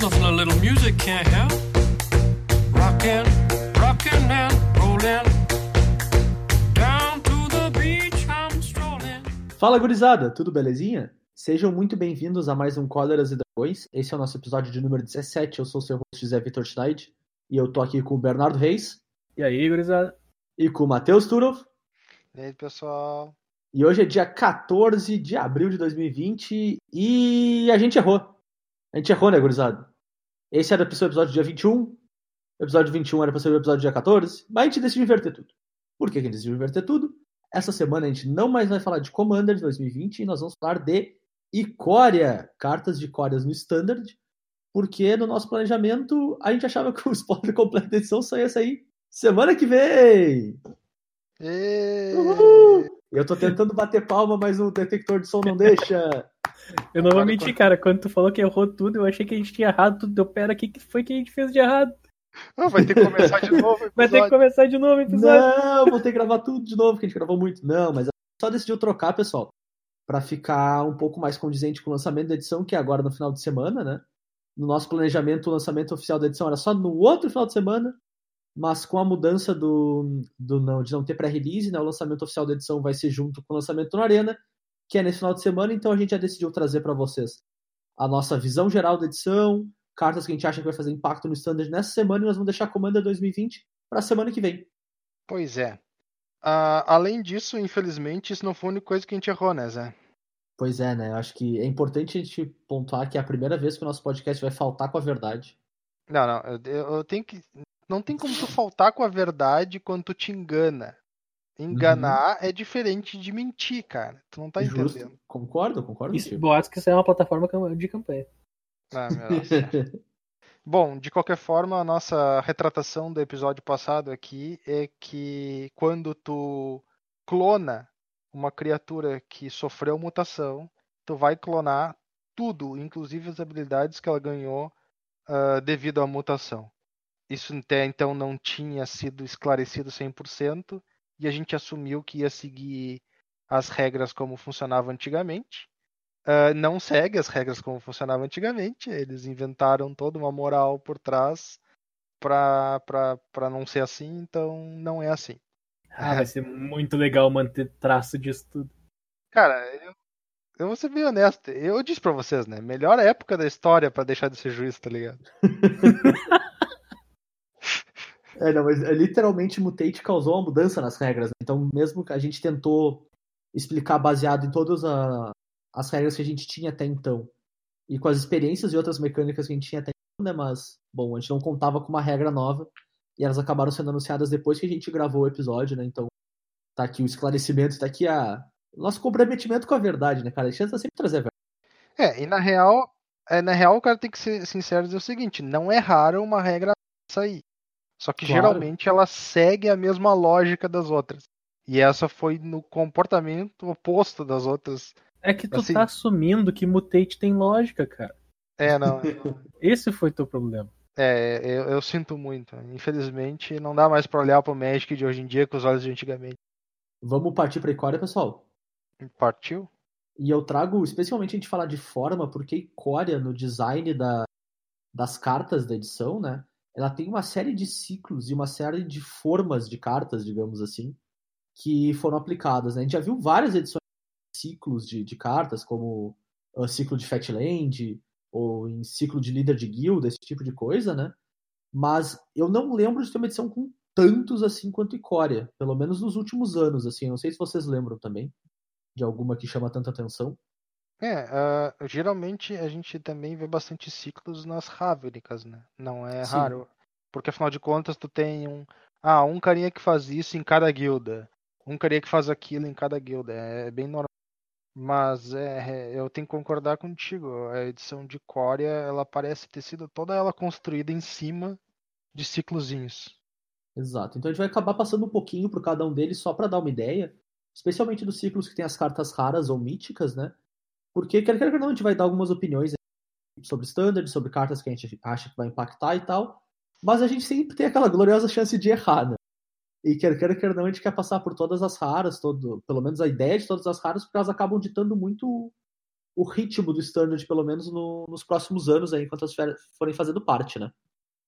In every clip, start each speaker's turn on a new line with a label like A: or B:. A: Shuffle a little music can't help. Rockin', rockin' and rollin'. Down to the beach I'm strolling.
B: Fala gurizada, tudo belezinha? Sejam muito bem-vindos a mais um Cóleras e Dragões. Esse é o nosso episódio de número 17. Eu sou o seu host José Vitor Schneid e eu tô aqui com o Bernardo Reis
C: E aí, gurizada?
B: e com o Matheus Turov.
D: E aí, pessoal?
B: E hoje é dia 14 de abril de 2020 e a gente errou. A gente errou, né, gurizada? Esse era pra ser o episódio do dia 21, o episódio 21 era pra ser o episódio do dia 14, mas a gente decidiu inverter tudo. Por que que a gente decidiu inverter tudo? Essa semana a gente não mais vai falar de Commander de 2020 e nós vamos falar de Icória, cartas de Icórias no Standard, porque no nosso planejamento a gente achava que o spoiler completo da edição só ia sair semana que vem!
D: E...
B: Uhul! Eu tô tentando bater palma, mas o detector de som não deixa.
C: Eu não vou
D: Agora,
C: mentir, cara. Quando tu falou que errou tudo, eu achei que a gente tinha errado tudo. Deu pera, o que que foi que a gente fez de errado?
D: Ah, vai ter que começar de novo o
C: Vai ter que
D: episódio.
C: começar de novo o episódio.
B: Não, vou ter que gravar tudo de novo, que a gente gravou muito. Não, mas a gente só decidiu trocar, pessoal, Pra ficar um pouco mais condizente com o lançamento da edição, que é agora no final de semana, né? No nosso planejamento, o lançamento oficial da edição era só no outro final de semana, mas com a mudança do, do não, de não ter pré-release, né? O lançamento oficial da edição vai ser junto com o lançamento na Arena, que é nesse final de semana, então a gente já decidiu trazer pra vocês a nossa visão geral da edição, cartas que a gente acha que vai fazer impacto no standard nessa semana, e nós vamos deixar a Commander 2020 pra semana que vem.
D: Pois é. Ah, além disso, infelizmente, isso não foi a única coisa que a gente errou, né, Zé?
B: Pois é, né? Eu acho que é importante a gente pontuar que é a primeira vez que o nosso podcast vai faltar com a verdade.
D: Não, não, eu, eu- eu tenho que. Não tem como tu faltar com a verdade quando tu te engana. Enganar
C: Uhum.
D: é diferente de mentir, cara. Tu não tá
B: Justo.
D: entendendo.
B: Concordo, concordo
C: Isso,
B: contigo.
C: boatos que isso é uma plataforma cam- de campanha.
D: Ah, meu Deus. Bom, de qualquer forma, a nossa retratação do episódio passado aqui é que quando tu clona uma criatura que sofreu mutação, tu vai clonar tudo, inclusive as habilidades que ela ganhou ah, devido à mutação. Isso até então não tinha sido esclarecido 100% e a gente assumiu que ia seguir as regras como funcionava antigamente. Ah, não segue as regras como funcionava antigamente. Eles inventaram toda uma moral por trás para não ser assim, então não é assim.
C: Ah, vai ser muito legal manter traço disso tudo.
D: Cara, eu, eu vou ser bem honesto. Eu disse pra vocês, né? Melhor época da história pra deixar de ser juiz, tá ligado?
B: É, não, mas é, literalmente Mutate causou uma mudança nas regras. né? Então, mesmo que a gente tentou explicar baseado em todas a- as regras que a gente tinha até então e com as experiências e outras mecânicas que a gente tinha até então, né? Mas, bom, a gente não contava com uma regra nova e elas acabaram sendo anunciadas depois que a gente gravou o episódio, né? Então, tá aqui o esclarecimento, tá aqui a nosso comprometimento com a verdade, né, cara? A gente tenta sempre trazer a verdade.
D: É, e na real, é, na real o cara tem que ser sincero e dizer o seguinte, não é raro uma regra sair. Só que
B: Claro.
D: geralmente ela segue a mesma lógica das outras. E essa foi no comportamento oposto das outras.
C: É que tu
D: Assim-
C: tá assumindo que mutate tem lógica, cara.
D: É, não.
C: Esse foi teu problema.
D: É, eu, eu sinto muito. Infelizmente, não dá mais pra olhar pro Magic de hoje em dia com os olhos de antigamente.
B: Vamos partir pra Icória, pessoal?
D: Partiu?
B: E eu trago especialmente a gente falar de forma, porque Icória, no design da, das cartas da edição, né? Ela tem uma série de ciclos e uma série de formas de cartas, digamos assim, que foram aplicadas. Né? A gente já viu várias edições de ciclos de, de cartas, como ah, ciclo de Fatland, ou em ciclo de líder de guilda, esse tipo de coisa, né? Mas eu não lembro de ter uma edição com tantos assim quanto Icória, pelo menos nos últimos anos, assim. Eu não sei se vocês lembram também de alguma que chama tanta atenção.
D: É, ah, geralmente a gente também vê bastante ciclos nas Ravnicas, né? Não é
B: Sim.
D: raro. Porque afinal de contas tu tem um. Ah, um carinha que faz isso em cada guilda. Um carinha que faz aquilo em cada guilda. É bem normal. Mas é, é, eu tenho que concordar contigo. A edição de Coria, ela parece ter sido toda ela construída em cima de ciclozinhos.
B: Exato. Então a gente vai acabar passando um pouquinho por cada um deles só para dar uma ideia, especialmente dos ciclos que tem as cartas raras ou míticas, né? Porque, quer quer que não, a gente vai dar algumas opiniões sobre standard, sobre cartas que a gente acha que vai impactar e tal, mas a gente sempre tem aquela gloriosa chance de errar, né? E quer queira, quer não, a gente quer passar por todas as raras, todo, pelo menos a ideia de todas as raras, porque elas acabam ditando muito o ritmo do Sternard, pelo menos no- nos próximos anos, aí, enquanto as férias forem fazendo parte, né?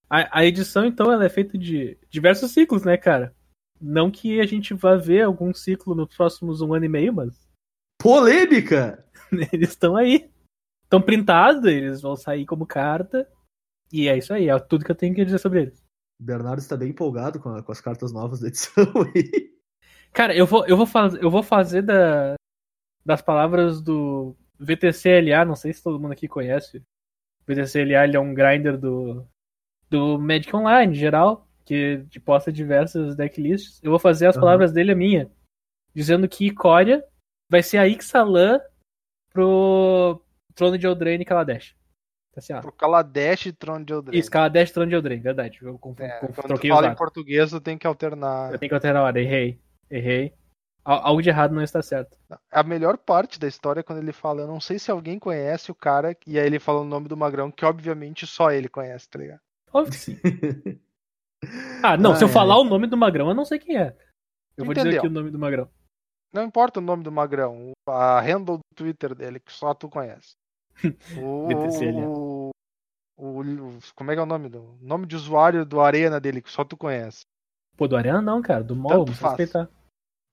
C: A, a edição, então, ela é feita de diversos ciclos, né, cara? Não que a gente vá ver algum ciclo nos próximos um ano e meio, mas
B: Polêmica!
C: eles estão aí. Estão printados, eles vão sair como carta. E é isso aí, é tudo que eu tenho que dizer sobre eles.
B: Bernardo está bem empolgado com, a- com as cartas novas da edição aí.
C: Cara, eu vou, eu vou, faz, eu vou fazer da, das palavras do VTCLA, não sei se todo mundo aqui conhece. O VTCLA ele é um grinder do, do Magic Online, em geral, que de- posta diversas decklists. Eu vou fazer as
B: Aham.
C: palavras dele a minha, dizendo que Icória vai ser a Ixalan pro Trono de Eldraine e Kaladesh. Tá Assim, ó.
D: Pro Kaladesh e Trono de Eldraine.
C: Isso, Kaladesh Trono de Eldraine, verdade. Eu confu-
D: É,
C: confu-
D: quando tu
C: troquei os
D: fala em
C: dados.
D: português, tu tem que alternar.
C: Eu tenho que alterar a hora, errei. Errei. Al- Algo de errado não está certo.
D: A melhor parte da história é quando ele fala, eu não sei se alguém conhece o cara, e aí ele fala o nome do Magrão, que obviamente só ele conhece, tá ligado?
C: Óbvio que sim. Ah, não, se eu
B: Ai,
C: falar o nome do Magrão, eu não sei quem é. Eu vou dizer
D: Entendeu.
C: aqui o nome do Magrão.
D: Não importa o nome do Magrão, o- a handle do Twitter dele, que só tu conhece. O,
C: VTCL.
D: o- o- como é que é o nome do nome de usuário do Arena dele, que só tu conhece.
C: Pô, do Arena não, cara. Do Mol,
D: Tanto
C: vamos
D: faz.
C: respeitar.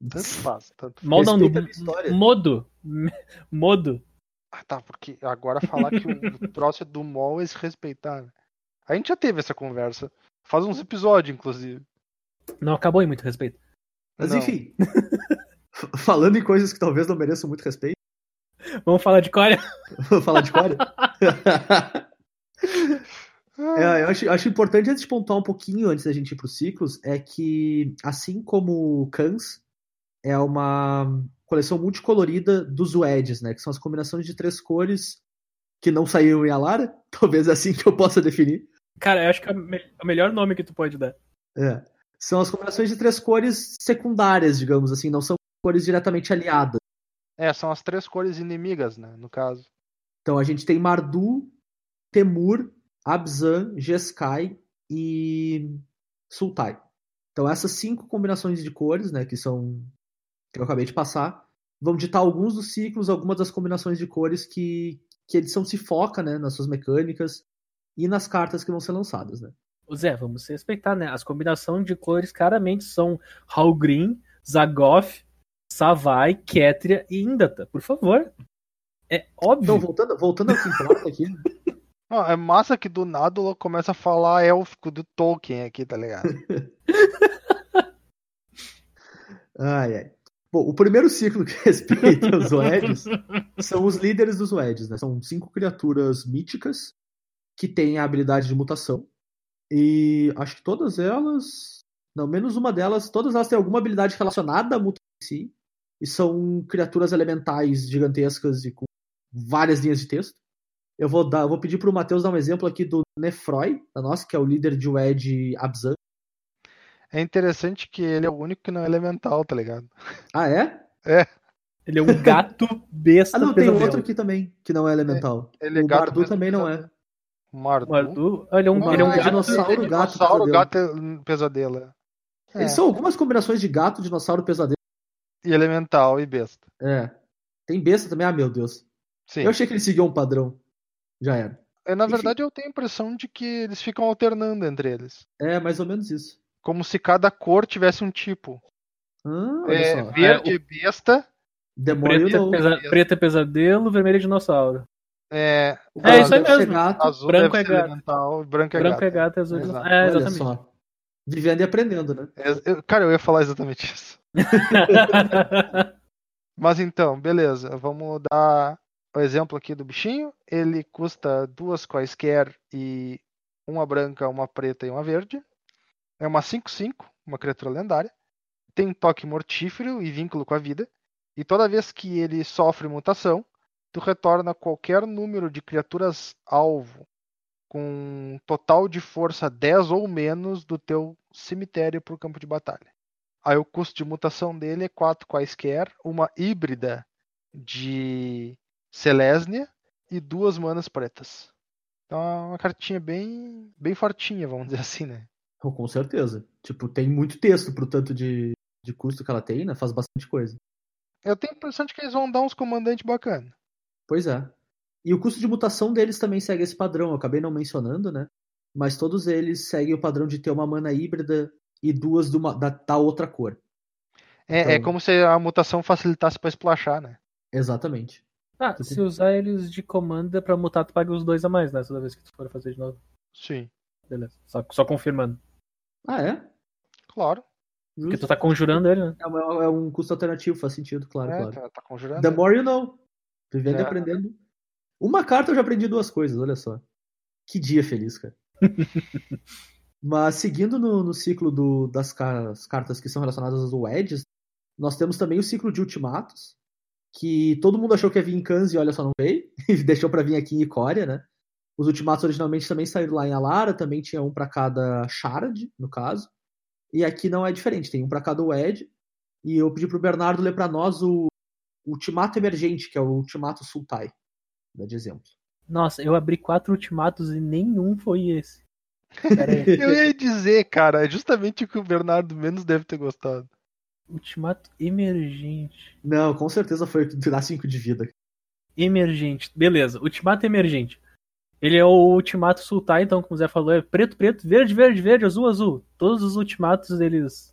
D: Tanto faz, tanto faz.
C: Mol não, do
B: Respeita a minha história.
C: Modo. Modo.
D: Ah, tá, porque agora falar que o o troço é do mol é se respeitar. né? A gente já teve essa conversa. Faz uns episódios, inclusive.
C: Não acabou em muito respeito.
B: Mas
D: Não.
B: enfim. Falando em coisas que talvez não mereçam muito respeito,
C: Vamos falar de é? Coreia?
B: vou falar de Core.
D: Ah,
B: É, eu acho, acho importante a gente pontuar um pouquinho antes da gente ir para os ciclos, é que, assim como o Cans, é uma coleção multicolorida dos Weds, né? Que são as combinações de três cores que não saíram em Alara, talvez é assim que eu possa definir.
C: Cara, eu acho que é o me- o melhor nome que tu pode dar.
B: É. São as combinações de três cores secundárias, digamos assim, não são cores diretamente aliadas.
D: É, são as três cores inimigas, né? No caso.
B: Então a gente tem Mardu, Temur, Abzan, Jeskai e Sultai. Então essas cinco combinações de cores, né, que são que eu acabei de passar, vão ditar alguns dos ciclos, algumas das combinações de cores que que a edição se foca, né, nas suas mecânicas e nas cartas que vão ser lançadas, né?
C: Ô, Zé, é, vamos se respeitar, né? As combinações de cores claramente são Hal Green, Zagoff, Savai, Ketria e Indata. Por favor. É óbvio.
B: Então voltando, voltando ao que importa aqui,
D: Não, é massa que do nada o louco começa a falar élfico do Tolkien aqui, tá ligado?
B: Ai, ai. Bom, o primeiro ciclo que respeita os Oedes são os líderes dos Oedes, né? São cinco criaturas míticas que têm a habilidade de mutação. E acho que todas elas, não, menos uma delas, todas elas têm alguma habilidade relacionada à mutação em si. E são criaturas elementais gigantescas e com várias linhas de texto. Eu vou dar, eu vou pedir pro Matheus dar um exemplo aqui do Nefroy, da nossa, que é o líder de Oed Abzan.
D: É interessante que ele é o único que não é elemental, tá ligado?
B: Ah, é?
C: Ele é um gato besta.
B: Ah, não, tem
C: pesadelo.
B: outro aqui também, que não é elemental.
D: Ele é
B: O
D: gato
B: Bardu
D: mesmo,
B: também
D: tá
B: não
D: ligado?
B: é.
D: O Mardu.
C: O Ardu, ele é um,
B: Não,
C: ele é um
B: é
C: gato.
B: dinossauro,
D: ele é
B: gato,
D: dinossauro, gato,
B: pesadelo.
D: é- pesadelo. é. É,
B: Eles são algumas combinações de gato, dinossauro, pesadelo.
D: E elemental e besta.
B: É. Tem besta também? Ah, meu Deus.
D: Sim.
B: Eu achei que ele seguiu um padrão. Já era.
D: É, na
B: Enfim.
D: verdade, eu tenho a impressão de que eles ficam alternando entre eles.
B: É, mais ou menos isso.
D: Como se cada cor tivesse um tipo.
B: Ah, olha
D: É,
B: só.
D: verde é besta.
B: Demônio
C: Preto,
B: não.
C: é pesa- preto é pesadelo, vermelho é dinossauro.
D: É,
B: O
C: É, isso aí
B: deve ser
C: mesmo.
B: gato.
D: azul
C: Branco
D: deve
C: é
D: ser
C: gato.
D: elemental, branco é
C: Branco
D: gato.
C: é gato, azul é
D: Exato.
C: dinossauro. É,
B: olha
C: exatamente.
B: só. Vivendo e aprendendo, né?
D: É, eu- cara, eu ia falar exatamente isso. Mas então, beleza, vamos dar o exemplo aqui do bichinho. Ele custa duas quaisquer e uma branca, uma preta e uma verde. É uma 5-5, uma criatura lendária. Tem um toque mortífero e vínculo com a vida. E toda vez que ele sofre mutação, tu retorna qualquer número de criaturas alvo com um total de força 10 ou menos do teu cemitério para o campo de batalha. Aí o custo de mutação dele é 4 quaisquer, uma híbrida de Selesnia e duas manas pretas. Então é uma cartinha bem, bem fortinha, vamos dizer assim, né?
B: Oh, com certeza. Tipo, tem muito texto pro tanto de, de custo que ela tem, né? Faz bastante coisa.
D: Eu tenho a impressão de que eles vão dar uns comandantes bacana.
B: Pois é. E o custo de mutação deles também segue esse padrão, eu acabei não mencionando, né? Mas todos eles seguem o padrão de ter uma mana híbrida e duas de uma- da, da outra cor.
D: É, é
B: Então-
D: como se a mutação facilitasse pra splashar, né?
B: Exatamente.
C: Ah, se usar eles de comanda pra mutar, tu paga os dois a mais, né? Toda vez que tu for fazer de novo.
D: Sim.
C: Beleza. Só, só confirmando.
B: Ah, é?
D: Claro.
C: Porque tu
B: Justo.
C: tá conjurando ele, né?
B: É, um, é um custo alternativo, faz sentido, claro,
D: É,
B: claro.
D: tá, tá conjurando.
B: The
D: né?
B: more you know. Vivendo e
D: É.
B: aprendendo. Uma carta eu já aprendi duas coisas, olha só. Que dia feliz, cara. Mas seguindo no, no ciclo do- das ca- as cartas que são relacionadas aos Wedges, nós temos também o ciclo de ultimatos, que todo mundo achou que ia vir em Kanzi e olha só, não veio, e deixou pra vir aqui em Icória, né? Os ultimatos originalmente também saíram lá em Alara, também tinha um pra cada Shard, no caso. E aqui não é diferente, tem um pra cada Wedge. E eu pedi pro Bernardo ler pra nós o Ultimato Emergente, que é o Ultimato Sultai, dá de exemplo.
C: Nossa, eu abri quatro ultimatos e nenhum foi esse. Pera aí.
D: né? Eu ia dizer, cara, é justamente o que o Bernardo menos deve ter gostado.
C: Ultimato emergente.
B: Não, com certeza foi o que te dá 5 de vida.
C: Emergente. Beleza, ultimato emergente. Ele é o ultimato sultai, então, como o Zé falou, é preto, preto, verde, verde, verde, azul, azul. Todos os ultimatos, eles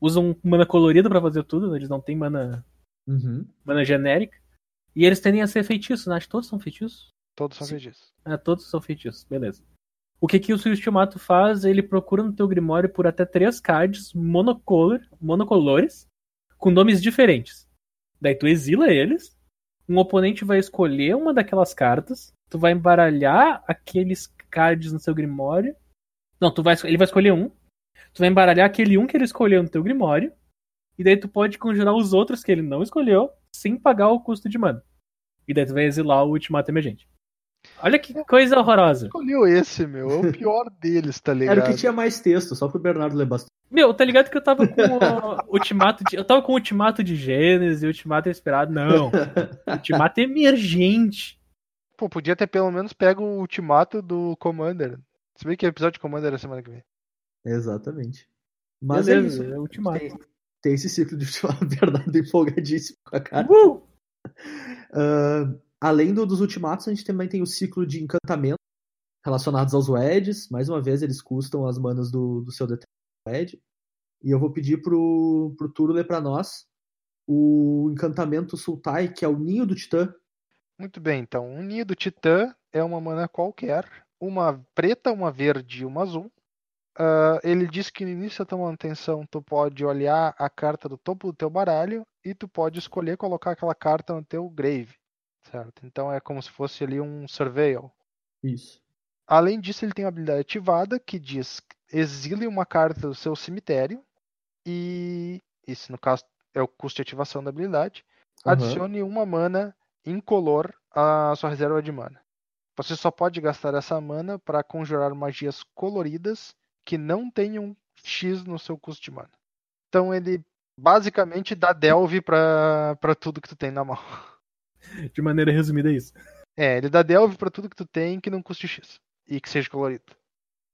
C: usam mana colorida pra fazer tudo, né? eles não têm mana,
B: Uhum.
C: mana genérica. E eles tendem a ser feitiços, né? Acho que todos são feitiços.
D: Todos são
C: Sim.
D: feitiços.
C: Ah, todos são feitiços, beleza. O que, que o Suistimato faz? Ele procura no teu Grimório por até três cards monocolor, monocolores com nomes diferentes. Daí tu exila eles, um oponente vai escolher uma daquelas cartas, tu vai embaralhar aqueles cards no seu Grimório. Não, tu vai, esco- ele vai escolher um, tu vai embaralhar aquele um que ele escolheu no teu Grimório, e daí tu pode conjurar os outros que ele não escolheu sem pagar o custo de mana. E daí tu vai exilar o Ultimato Emergente. Olha que coisa horrorosa.
D: Escolheu esse, meu. É o pior deles, tá ligado?
B: Era o que tinha mais texto, só pro Bernardo ler bastante.
C: Meu, tá ligado que eu tava com o ultimato de. Eu tava com o ultimato de Gênesis, ultimato esperado. Não. Ultimato é emergente.
D: Pô, podia ter pelo menos pego o ultimato do Commander. Se bem que é episódio de Commander é semana que vem.
B: Exatamente. Mas é
C: Beleza,
B: isso.
C: é ultimato.
B: Tem, tem esse ciclo de ultimato, Bernardo empolgadíssimo com a cara.
C: Uh!
B: Ah, além do- dos ultimatos, a gente também tem o ciclo de encantamento relacionados aos Weds. Mais uma vez, eles custam as manas do, do seu Wed. E eu vou pedir pro, pro Turo ler pra nós o encantamento Sultai, que é o ninho do Titã.
D: Muito bem, então. Um ninho do Titã é uma mana qualquer. Uma preta, uma verde e uma azul. Ah, ele diz que no início da tua manutenção tu pode olhar a carta do topo do teu baralho e tu pode escolher colocar aquela carta no teu grave. Certo? Então é como se fosse ali um surveil.
B: Isso.
D: Além disso, ele tem uma habilidade ativada que diz exile uma carta do seu cemitério e isso no caso é o custo de ativação da habilidade.
B: Aham.
D: Adicione uma mana incolor à sua reserva de mana. Você só pode gastar essa mana para conjurar magias coloridas que não tenham X no seu custo de mana. Então ele basicamente dá delve para tudo que tu tem na mão.
C: De maneira resumida, é isso.
D: É, ele dá delve para tudo que tu tem que não custe X e que seja colorido.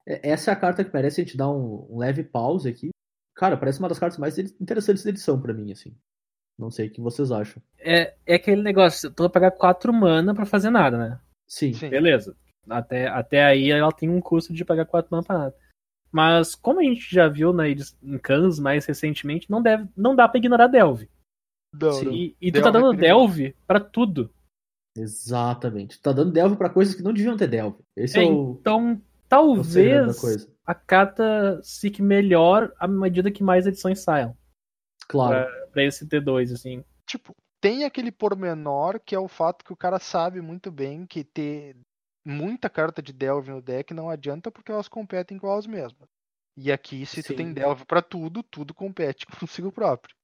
B: É- Essa é a carta que parece a gente dar um, um leve pause aqui. Cara, parece uma das cartas mais de- interessantes da edição pra mim, assim. Não sei o que vocês acham.
C: É, é aquele negócio, tu vai pagar 4 mana pra fazer nada, né?
B: Sim.
D: Sim.
C: Beleza. Até, até aí ela tem um custo de pagar 4 mana pra nada. Mas como a gente já viu na, edi- em Cans mais recentemente, não, deve, não dá pra ignorar Delve.
D: Não,
B: Sim.
D: não.
C: E, e tu tá
D: Delve é
C: dando
D: perigoso.
C: Delve pra tudo.
B: Exatamente. Tá dando delve pra coisas que não deviam ter delve. Esse é,
C: É,
B: o,
C: Então,
B: é o segredo da
C: talvez
B: coisa.
C: a carta fique melhor à medida que mais edições saiam
B: Claro.
C: pra esse T2, assim.
D: tipo, tem aquele pormenor que é o fato que o cara sabe muito bem que ter muita carta de Delve no deck não adianta porque elas competem com elas mesmas. E aqui, se tu
B: Sim.
D: tem Delve pra tudo, tudo compete consigo próprio.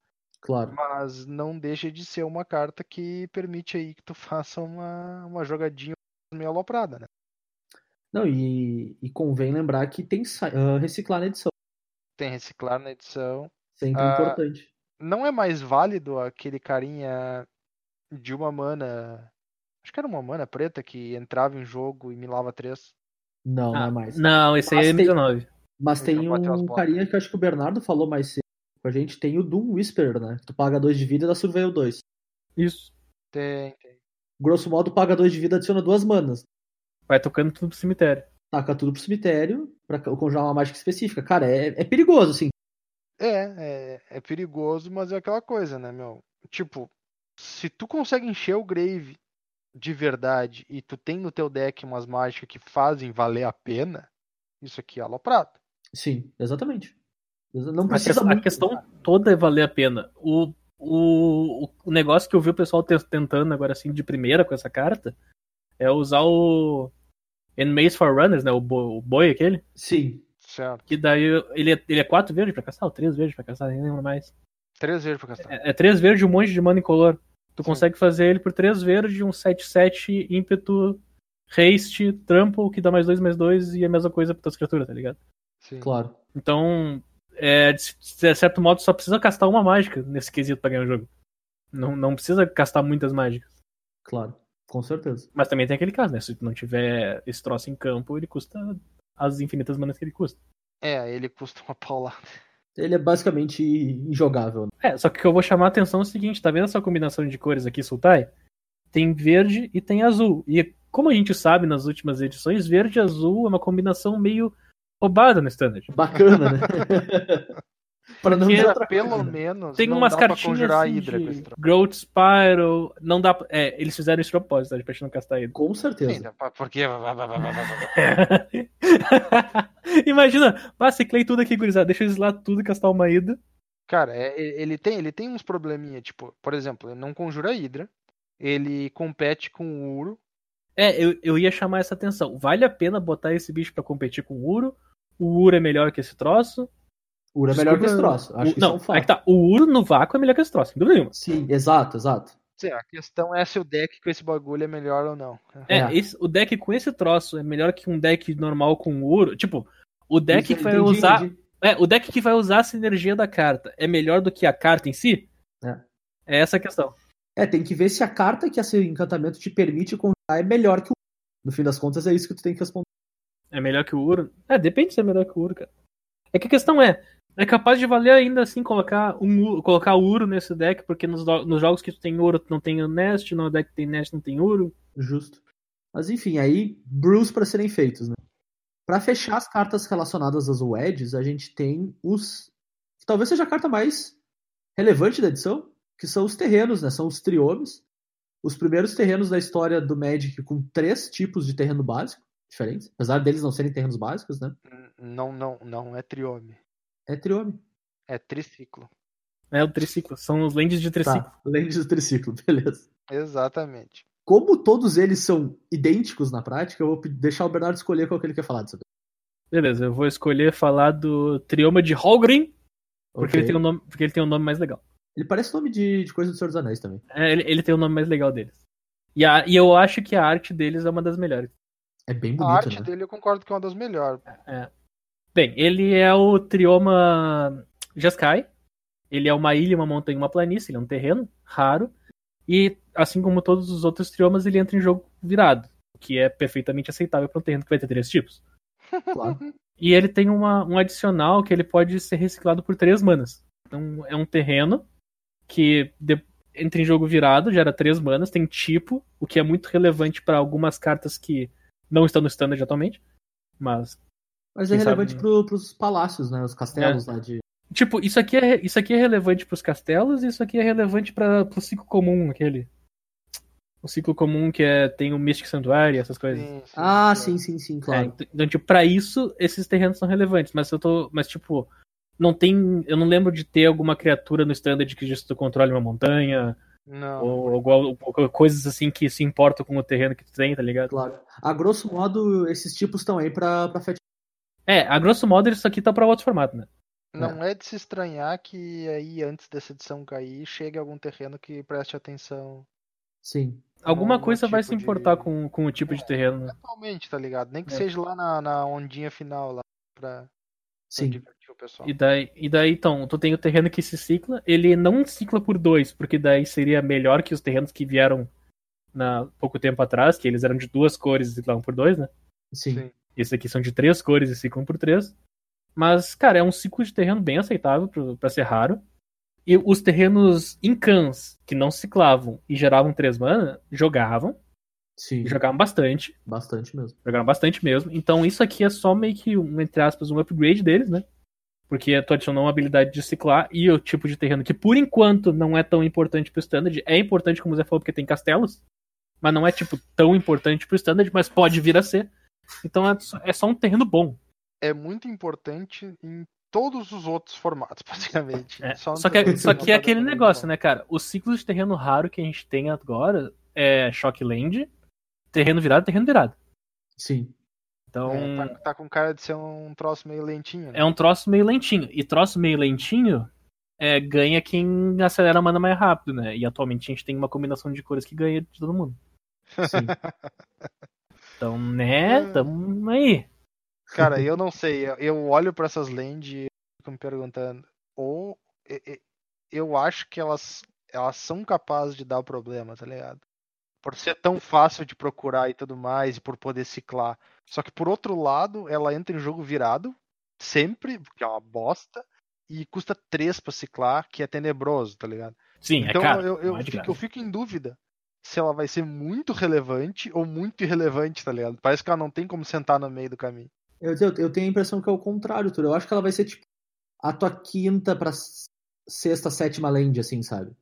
B: Claro.
D: Mas não deixa de ser uma carta que permite aí que tu faça uma, uma jogadinha meio aloprada, né?
B: Não, e, e convém lembrar que tem sa- ah, reciclar na edição.
D: Tem reciclar na edição.
B: Sempre
D: Ah.
B: importante.
D: Não é mais válido aquele carinha de uma mana. Acho que era uma mana preta que entrava em jogo e milava três.
B: Não, não
C: Ah,
B: é mais.
C: Não, esse aí é
B: Mas tem-
C: M19.
B: Mas
D: Ele
B: tem
D: já bateu as
B: um
D: botas.
B: carinha que eu acho que o Bernardo falou mais cedo com a gente. Tem o Doom Whisperer, né? Tu paga 2 de vida e dá Surveil 2.
C: Isso.
D: Tem, tem.
B: grosso modo, paga dois de vida, adiciona duas manas.
C: Vai tocando tudo pro cemitério.
B: Taca tudo pro cemitério pra conjurar uma mágica específica. Cara, é, é perigoso, assim.
D: É, é, é perigoso, mas é aquela coisa, né, meu? Tipo, se tu consegue encher o grave de verdade e tu tem no teu deck umas mágicas que fazem valer a pena, isso aqui é aloprado.
B: Sim, exatamente. Não
C: A,
B: precisa
C: questão- a
B: muito,
C: questão toda é valer a pena. O, o, o negócio que eu vi o pessoal te- tentando agora assim de primeira com essa carta é usar o Enemies for Runners, né? O, bo- o boi aquele.
B: Sim.
D: Certo.
C: Que daí ele é, ele é quatro verdes pra caçar, ou três verdes pra caçar, nem lembro mais.
D: Três vezes pra gastar.
C: É, é três verdes e um monte de mana incolor. Tu
D: Sim.
C: consegue fazer ele por três verdes, um 7-7, ímpeto, haste, trampo, que dá mais dois, mais dois, e a mesma coisa pra tuas criaturas, tá ligado?
D: Sim.
B: claro.
C: Então, é, de, de certo modo, só precisa castar uma mágica nesse quesito pra ganhar o jogo. Não, não precisa castar muitas mágicas.
B: Claro. Com certeza.
C: Mas também tem aquele caso, né? Se tu não tiver esse troço em campo, ele custa as infinitas manas que ele custa.
D: É, ele custa uma paulada.
B: Ele é basicamente injogável. né?
C: É, só que o que eu vou chamar a atenção é o seguinte, tá vendo essa combinação de cores aqui, Sultai? Tem verde e tem azul. E como a gente sabe nas últimas edições, verde e azul é uma combinação meio roubada no standard.
B: Bacana, né? Pra não
C: Porque
B: dizer outra
D: Pelo
B: coisa, né?
D: menos
C: Tem
D: não
C: umas
D: dá pra
C: cartinhas
D: conjurar
C: assim,
D: a Hydra com
C: de
D: esse troço.
C: Growth Spiral, não dá, pra- é, eles fizeram isso de propósito, tá, de pra gente não castar Hydra.
B: Com
D: Sim,
B: certeza.
D: dá pra- porque.
C: Imagina, ah, ciclei tudo aqui, gurizada, deixa eu isolar tudo e castar uma ida.
D: Cara, é- é- ele tem, ele tem uns probleminha, tipo, por exemplo, ele não conjura a Hydra, ele compete com o Uro,
C: É, eu, eu ia chamar essa atenção. Vale a pena botar esse bicho pra competir com o Uro? O Uro é melhor que esse troço?
B: Ura é melhor que esse
C: Desculpa,
B: troço. Acho
C: O-
B: que
C: não,
B: isso é um
C: aí que
B: fato.
C: tá. O Uro no vácuo é melhor que esse troço, sem dúvida nenhuma.
B: Sim, exato, exato.
D: Sim, a questão é se o deck com esse bagulho é melhor ou não.
C: É,
B: É.
C: esse- o deck com esse troço é melhor que um deck normal com o Uro. Tipo, o deck
B: Isso,
C: que vai
B: entendi,
C: usar.
B: entendi.
C: É, o deck que vai usar a sinergia da carta é melhor do que a carta em si?
B: É.
C: É essa a questão.
B: É, tem que ver se a carta que esse encantamento te permite conjurar é melhor que o. No fim das contas, é isso que tu tem que responder.
C: É melhor que o Uro? É, depende se é melhor que o Uro, cara. É que a questão é, é capaz de valer ainda assim colocar um Uro- colocar o Uro nesse deck, porque nos, do- nos jogos que tu tem Uro tu não tem o Nest, no deck que tem Nest não tem Uro.
B: Justo. Mas enfim, aí, brews para serem feitos, né? Pra fechar as cartas relacionadas às WEDs, a gente tem os. que talvez seja a carta mais relevante da edição, que são os terrenos, né? São os triomes. Os primeiros terrenos da história do Magic com três tipos de terreno básico diferentes, apesar deles não serem terrenos básicos, né?
D: N- Não, não, não é triome.
B: É triome.
D: É triciclo.
C: É o triciclo, são os lands de triciclo.
B: Tá, além do triciclo, beleza.
D: Exatamente.
B: Como todos eles são idênticos na prática, eu vou pe- deixar o Bernardo escolher qual que ele quer falar disso.
C: Beleza, eu vou escolher falar do Trioma de Holgrim, porque,
B: Ok.
C: ele tem um nome, porque ele tem um nome mais legal.
B: Ele parece nome de, de coisa do Senhor dos Anéis também.
C: É, ele, ele tem o nome mais legal deles. E, a- e eu acho que a arte deles é uma das melhores.
B: É bem
D: a
B: bonito,
D: arte
B: né?
D: dele eu concordo que é uma das melhores.
C: Bem, ele é o trioma Jeskai. Ele é uma ilha, uma montanha, uma planície. Ele é um terreno raro. E, assim como todos os outros triomas, ele entra em jogo virado. O que é perfeitamente aceitável para um terreno que vai ter três tipos.
B: Claro.
C: E ele tem uma- um adicional que ele pode ser reciclado por três manas. Então é um terreno que de- entra em jogo virado, gera três manas, tem tipo, o que é muito relevante para algumas cartas que não estão no standard atualmente. Mas
B: Mas
C: Quem
B: é relevante
C: sabe-
B: pro, pros palácios, né? Os castelos lá de.
C: Tipo, isso aqui é, isso aqui é relevante pros castelos e isso aqui é relevante para pro ciclo comum, aquele. O ciclo comum que é tem o Mystic Sanctuary, essas coisas.
D: Sim, sim,
B: Ah,
D: sim.
B: sim, sim, sim, claro.
C: É, então, tipo, pra isso, esses terrenos são relevantes, mas eu tô. Mas, tipo, não tem. Eu não lembro de ter alguma criatura no standard que diz que tu controle uma montanha,
D: Não.
C: ou, alguma- ou coisas assim que se importam com o terreno que tu tem, tá ligado?
B: Claro. A grosso modo, esses tipos estão aí pra, pra fetiche.
C: É, a grosso modo, isso aqui tá pra outro formato, né?
D: Não é de se estranhar que aí, antes dessa edição cair, chegue algum terreno que preste atenção.
B: Sim.
C: Alguma
D: Não, não
C: coisa vai
D: tipo
C: se
D: de-
C: importar com, com o tipo de terreno. né?
D: Atualmente, tá ligado? Nem que
C: É.
D: seja lá na, na ondinha final, lá, pra, pra
B: Sim.
D: divertir o pessoal.
C: E daí, e daí, então, tu tem o terreno que se cicla, ele não cicla por dois, porque daí seria melhor que os terrenos que vieram na pouco tempo atrás, que eles eram de duas cores e ciclavam por dois, né?
B: Sim.
D: Sim.
C: Esses aqui são de três cores e ciclam por três. Mas, cara, é um ciclo de terreno bem aceitável pro- pra ser raro. E os terrenos incans, que não ciclavam e geravam 3 mana, jogavam.
B: Sim,
C: E jogavam bastante.
B: bastante mesmo.
C: Jogaram bastante mesmo. Então isso aqui é só meio que, um, entre aspas, um upgrade deles, né? Porque tu adicionou uma habilidade de ciclar e o tipo de terreno que por enquanto não é tão importante pro standard. É importante, como o Zé falou, porque tem castelos. Mas não é, tipo, tão importante pro standard, mas pode vir a ser. Então é só- é só um terreno bom.
D: É muito importante em todos os outros formatos, basicamente.
C: É,
D: no
C: Só, que,
D: terceiro
C: só que é
D: formato
C: aquele
D: muito
C: negócio,
D: bom.
C: né, cara? Os ciclos de terreno raro que a gente tem agora é Shockland, terreno virado, terreno virado.
B: Sim.
C: Então
D: É, tá, tá com cara de ser um troço meio lentinho. né?
C: é um troço meio lentinho. E troço meio lentinho é, ganha quem acelera a mana mais rápido, né? E atualmente a gente tem uma combinação de cores que ganha de todo mundo.
B: Sim.
C: Então, né,
D: É.
C: tamo aí. um
D: Cara, eu não sei. eu- Eu olho pra essas land e fico me perguntando. Ou e- e- eu acho que elas, elas são capazes de dar problema, tá ligado? Por ser tão fácil de procurar e tudo mais, e por poder ciclar. Só que por outro lado, ela entra em jogo virado, sempre, porque é uma bosta, e custa 3 pra ciclar, que é tenebroso, tá ligado?
C: Sim,
D: Então
C: é caro.
D: eu, eu,
C: não é de
D: fico,
C: graça.
D: eu fico em dúvida se ela vai ser muito relevante ou muito irrelevante, tá ligado? Parece que ela não tem como sentar no meio do caminho.
B: Eu, eu, eu tenho a impressão que é o contrário, Turo. Eu acho que ela vai ser tipo a tua quinta pra s- sexta, sétima land, assim, sabe?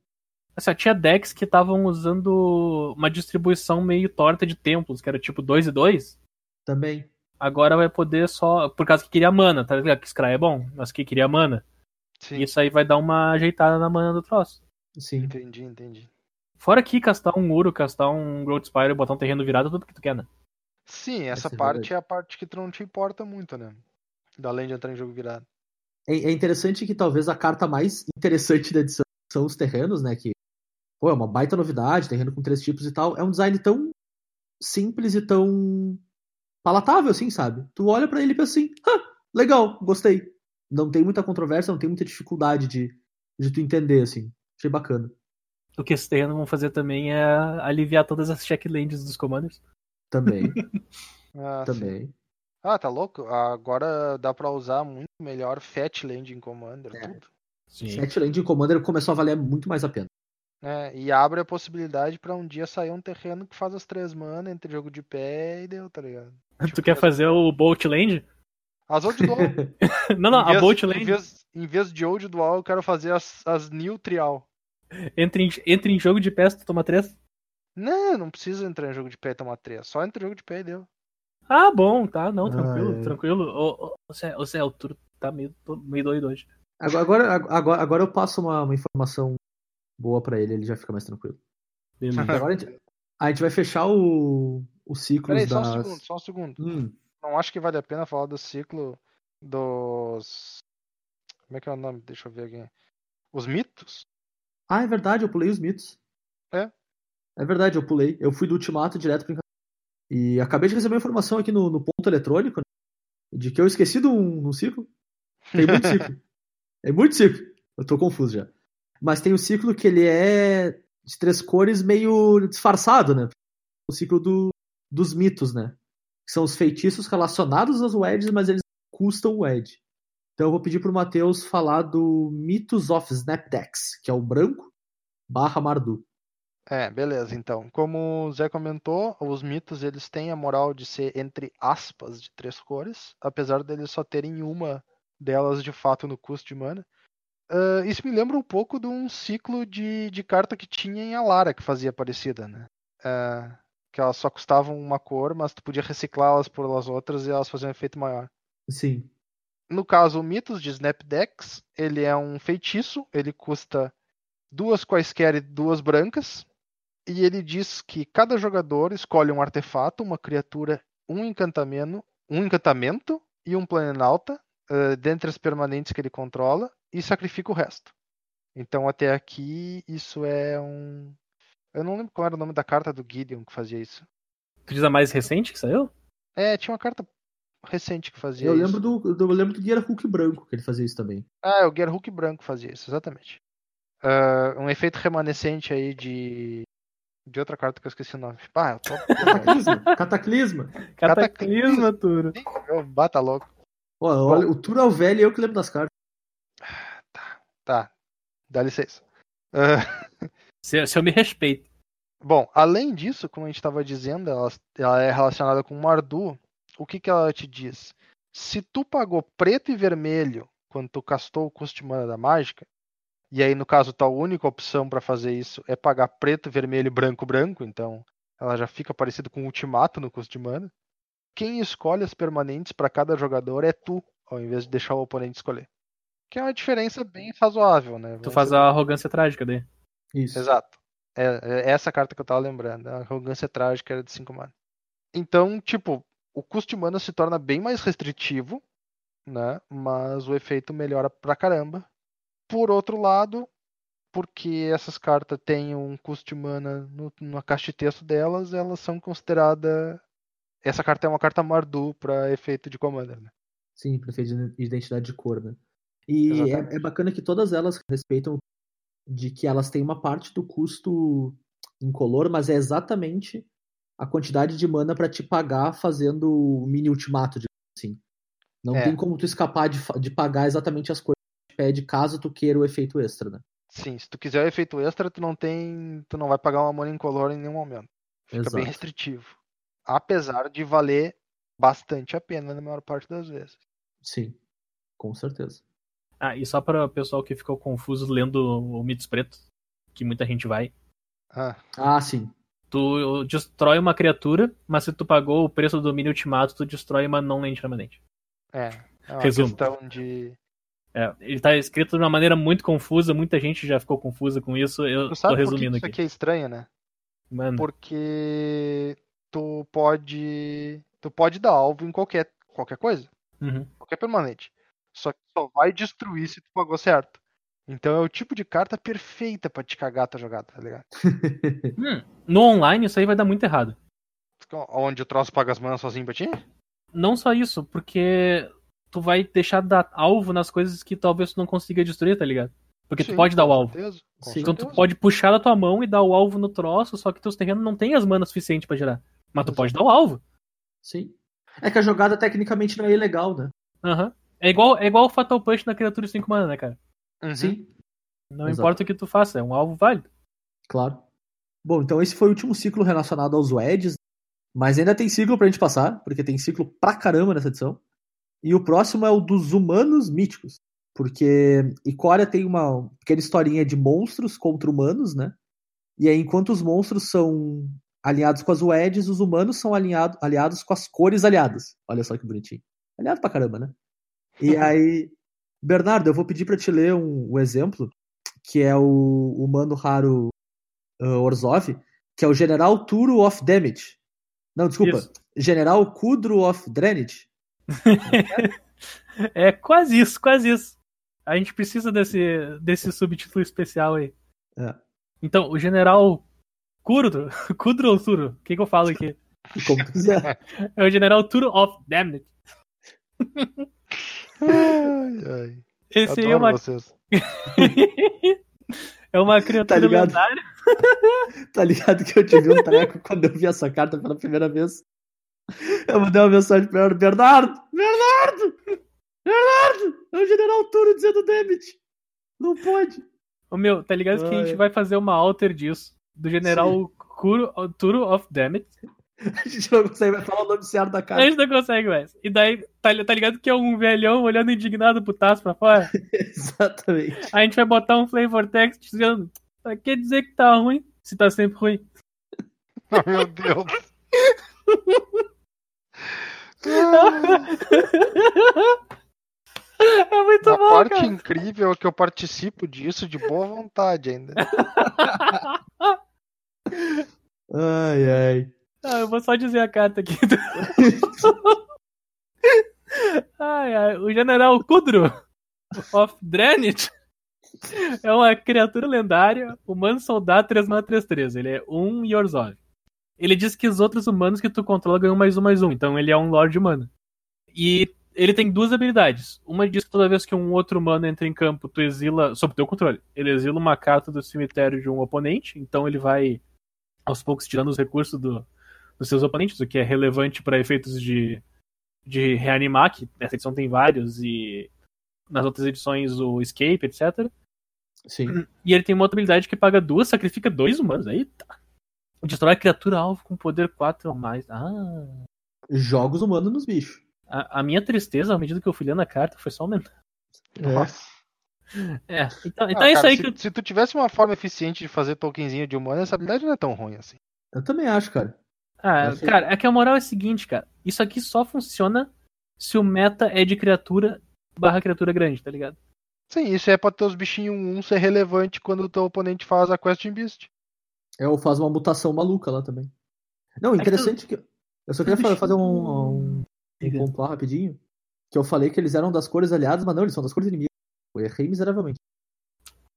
C: Assim, ó, tinha decks que estavam usando uma distribuição meio torta de templos, que era tipo 2 e 2.
B: Também.
C: Agora vai poder só. Por causa que queria mana, tá ligado? Que Scry é bom, mas que queria mana.
D: Sim,
C: Isso aí vai dar uma ajeitada na mana do troço.
B: Sim.
D: entendi, entendi.
C: Fora que castar um muro, castar um Growth Spiral, botar um terreno virado, tudo que tu quer, né?
D: Sim, essa
B: ser
D: parte
B: verdade.
D: é a parte que tu não te importa muito, né? Da Land entrar em jogo virado.
B: É, é interessante que talvez a carta mais interessante da edição são os terrenos, né? Que, pô, é uma baita novidade, terreno com três tipos e tal. É um design tão simples e tão palatável, assim, sabe? Tu olha pra ele e pensa assim, ah, legal, gostei. Não tem muita controvérsia, não tem muita dificuldade de, de tu entender, assim. Achei bacana.
C: O que esses terrenos vão fazer também é aliviar todas as checklands dos commanders.
B: Também,
D: Ah, sim.
B: também.
D: Ah, tá louco? Agora dá pra usar muito melhor Fat Land em Commander,
B: É.
D: tudo.
C: Sim.
B: Set Land em Commander começou a valer muito mais a pena.
D: né? e abre a possibilidade pra um dia sair um terreno que faz as três mana entre jogo de pé e deu, tá ligado?
C: Tu quer fazer o Bolt Land?
D: As old dual.
C: Não, não,
D: em vez-
C: a Bolt
D: Em
C: Land
D: vez, em vez de old dual, eu quero fazer as, as new trial.
C: entra em, entra em jogo de peça, tu toma três.
D: Não, não precisa entrar em jogo de pé e tomar três. Só entra em jogo de pé e deu.
C: Ah, bom, tá, não,
B: Ah,
C: tranquilo,
B: é.
C: tranquilo. Ô, ô, Zé, ô, Zé, o Turo tá meio, tô meio doido hoje.
B: Agora, agora, agora eu passo uma, uma informação boa pra ele, ele já fica mais tranquilo.
C: Beleza.
B: Agora a gente, a gente vai fechar o, o ciclo
D: Peraí, só um
B: das.
D: segundo, só um segundo.
B: Hum,
D: não acho que vale a pena falar do ciclo dos. Como é que é o nome? Deixa eu ver aqui. Os mitos?
B: Ah, é verdade, eu pulei os mitos.
D: É?
B: É verdade, eu pulei. Eu fui do ultimato direto pro Encantamento. E acabei de receber uma informação aqui no, no ponto eletrônico né, de que eu esqueci de um, de um ciclo. Tem muito ciclo. é muito ciclo. Eu tô confuso já. Mas tem o ciclo que ele é de três cores meio disfarçado, né? O ciclo do, dos mitos, né? Que são os feitiços relacionados aos Weds, mas eles custam o Wed. Então eu vou pedir pro Matheus falar do Mythos of Snapdex, que é o branco barra Mardu.
D: É, beleza. Então, como o Zé comentou, os mitos eles têm a moral de ser entre aspas de três cores, apesar deles só terem uma delas de fato no custo de mana. Ah, isso me lembra um pouco de um ciclo de, de carta que tinha em Alara que fazia parecida, né? Ah, que elas só custavam uma cor, mas tu podia reciclá-las por elas outras e elas faziam um efeito maior.
B: Sim.
D: No caso, o Mitos de Snapdex, ele é um feitiço, ele custa duas quaisquer e duas brancas, e ele diz que cada jogador escolhe um artefato, uma criatura, um encantamento, um encantamento e um planalta, eh, dentre as permanentes que ele controla, e sacrifica o resto. Então, até aqui, isso é um. Eu não lembro qual era o nome da carta do Gideon que fazia isso.
C: Tu diz a mais recente que saiu?
D: É, tinha uma carta recente que fazia
B: eu,
D: isso.
B: lembro do, do- eu lembro do Guia Hulk branco, que ele fazia isso também.
D: Ah, é o Gerhulk branco fazia isso, exatamente. Ah, um efeito remanescente aí de. De outra carta que eu esqueci o nome. Ah, eu tô.
B: Cataclisma. Cataclisma.
C: Cataclisma, Turo.
D: eu bata louco.
B: Ó, olha, o Turo é o velho e eu que lembro das cartas.
D: Tá. Dá licença. Ah,
C: Se, se eu me respeito.
D: Bom, além disso, como a gente estava dizendo, ela, ela é relacionada com Mardu. O que, que ela te diz? Se tu pagou preto e vermelho quando tu castou o custo de mana da mágica, e aí no caso tua única opção para fazer isso é pagar preto, vermelho, branco, branco, então ela já fica parecido com um ultimato no custo de mana. Quem escolhe as permanentes para cada jogador é tu, ao invés de deixar o oponente escolher. Que é uma diferença bem razoável, né?
C: Tu
D: Vamos
C: faz a arrogância trágica daí.
B: Isso.
D: Exato. É, é essa carta que eu tava lembrando. A arrogância trágica era de 5 mana. Então, tipo, o custo de mana se torna bem mais restritivo, né? Mas o efeito melhora pra caramba. Por outro lado, porque essas cartas têm um custo de mana no, na caixa de texto delas, elas são consideradas. Essa carta é uma carta Mardu pra efeito de Commander, né?
B: Sim, prefeito de identidade de cor, né? E
D: Exatamente.
B: é, é bacana que todas elas respeitam de que elas têm uma parte do custo incolor, mas é exatamente a quantidade de mana pra te pagar fazendo o mini ultimato, digamos assim. Não
D: É.
B: tem como tu escapar de, fa- de pagar exatamente as coisas que te pede caso tu queira o efeito extra, né?
D: Sim, se tu quiser o efeito extra, tu não tem. Tu não vai pagar uma mana incolor em nenhum momento. Fica É bem
B: Exato.
D: restritivo. Apesar de valer bastante a pena na maior parte das vezes.
B: Sim, com certeza.
C: Ah, e só para o pessoal que ficou confuso lendo o Mitos Pretos, que muita gente vai.
D: Ah,
B: Ah, sim.
C: Tu destrói uma criatura, mas se tu pagou o preço do mini ultimato, tu destrói uma não lente permanente.
D: é. É uma
C: Resumo.
D: questão de.
C: É, ele tá escrito de uma maneira muito confusa, muita gente já ficou confusa com isso, eu
D: Tu
C: tô
D: sabe por que
C: resumindo
D: isso
C: aqui. Hum.
D: aqui é estranho, né?
C: Mano,
D: Porque tu pode. Tu pode dar alvo em qualquer, qualquer coisa.
C: uhum.
D: Qualquer permanente. Só que só vai destruir se tu pagou certo. Então é o tipo de carta perfeita pra te cagar a tua jogada, tá ligado?
C: no online isso aí vai dar muito errado.
D: Onde o troço paga as manas sozinho pra ti?
C: Não só isso, porque tu vai deixar dar alvo nas coisas que talvez tu não consiga destruir, tá ligado? Porque tu
D: Sim,
C: pode dar o
D: com
C: alvo.
D: certeza, com
B: Sim.
C: Então tu
D: certeza.
C: pode puxar da tua mão e dar o alvo no troço, só que teus terrenos não tem as manas suficiente pra gerar. Mas tu pode dar o alvo.
B: Sim. É que a jogada tecnicamente não é ilegal, né?
C: Aham. É igual é igual o Fatal Punch na criatura 5 mana, né, cara?
D: Uhum.
B: Sim.
C: Não
B: Exato.
C: importa o que tu faça, é um alvo válido.
B: Claro. Bom, então esse foi o último ciclo relacionado aos WEDs, mas ainda tem ciclo pra gente passar, porque tem ciclo pra caramba nessa edição. E o próximo é o dos humanos míticos, porque Icória tem uma pequena historinha de monstros contra humanos, né? E aí, enquanto os monstros são alinhados com as WEDs, os humanos são alinhado, aliados com as cores aliadas. Olha só que bonitinho. Aliado pra caramba, né? E aí, Bernardo, eu vou pedir pra te ler um, um exemplo, que é o humano raro uh, Orzov, que é o General Turo of Damage. Não, desculpa.
C: Isso.
B: General Kudro of Drainage.
C: É quase isso, quase isso. A gente precisa desse, desse subtítulo especial aí.
B: É.
C: Então, o general Kudro, Kudro ou Turo? O que, que eu falo aqui?
B: Como tu quiser.
C: É o general Turo of Damned.
D: Ai, ai.
C: Esse aí é
D: Adoro
C: uma,
D: vocês.
C: é uma
B: Tá
C: criatura
B: ligado?
C: lendária.
B: tá ligado que eu tive um treco quando eu vi essa carta pela primeira vez. Eu mandei uma mensagem pra ela, Bernardo! Bernardo! Bernardo! É o General Turo dizendo damage! Não pode!
C: Ô, meu, tá ligado que a gente
B: Ai.
C: vai fazer uma alter disso. Do general Kuro, Turo of Damned.
B: A gente não consegue vai falar o nome certo da
C: A
B: carta.
C: gente não consegue mais. E daí, tá, tá ligado que é um velhão olhando indignado pro Tasso pra fora?
B: Exatamente.
C: A gente vai botar um flavor text dizendo: "Ah, quer dizer que tá ruim, se tá sempre ruim.
D: Oh, meu Deus. Ah,
C: É muito
D: a
C: bom,
D: parte
C: cara.
D: incrível é que eu participo disso de boa vontade ainda.
B: Ai, ai.
C: Ah, eu vou só dizer a carta aqui. ai, ai, o General Kudro of Drenit é uma criatura lendária, humano soldado 333. Ele é um Yorzov. Ele diz que os outros humanos que tu controla ganham mais um, mais um. Então ele é um Lorde humano. E ele tem duas habilidades. Uma diz que toda vez que um outro humano entra em campo, tu exila, sob teu controle, ele exila uma carta do cemitério de um oponente. Então ele vai aos poucos tirando os recursos do, dos seus oponentes, o que é relevante para efeitos de, de reanimar, que nessa edição tem vários, e nas outras edições o escape, etc.
B: Sim.
C: E ele tem uma outra habilidade que paga duas, sacrifica dois humanos. Eita! Destrói a criatura alvo com poder 4 ou mais. Ah.
B: Jogos humanos nos bichos.
C: A, a minha tristeza, à medida que eu fui lendo a carta, foi só aumentando.
D: Nossa.
C: É, então, É. então
D: Ah,
C: é isso
D: cara,
C: aí
D: se,
C: que eu.
D: se tu tivesse uma forma eficiente de fazer tokenzinho de humano, essa habilidade não é tão ruim assim.
B: Eu também acho, cara.
C: Ah,
B: Achei-
C: cara, é que a moral é a seguinte, cara. Isso aqui só funciona se o meta é de criatura barra criatura grande, tá ligado?
D: Sim, isso é pra teus bichinhos 1 ser relevante quando o teu oponente faz a quest em beast.
B: É, ou faz uma mutação maluca lá também. Não,
C: É que tu-
B: interessante que. Eu só queria fa- fazer um, um, um ponto lá rapidinho. Que eu falei que eles eram das cores aliadas, mas não, eles são das cores inimigas. Eu errei miseravelmente.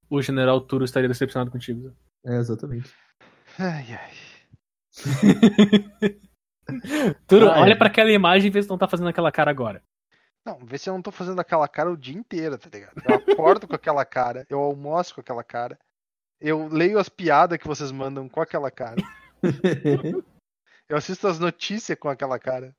C: O general Turo estaria decepcionado contigo. Zé.
B: É, exatamente.
D: Ai, ai.
C: Turo,
B: Ah, é.
C: olha pra aquela imagem e vê se não tá fazendo aquela cara agora.
D: Não, vê se eu não tô fazendo aquela cara o dia inteiro, tá ligado? Eu acordo com aquela cara, eu almoço com aquela cara, eu leio as piadas que vocês mandam com aquela cara, eu assisto as notícias com aquela cara.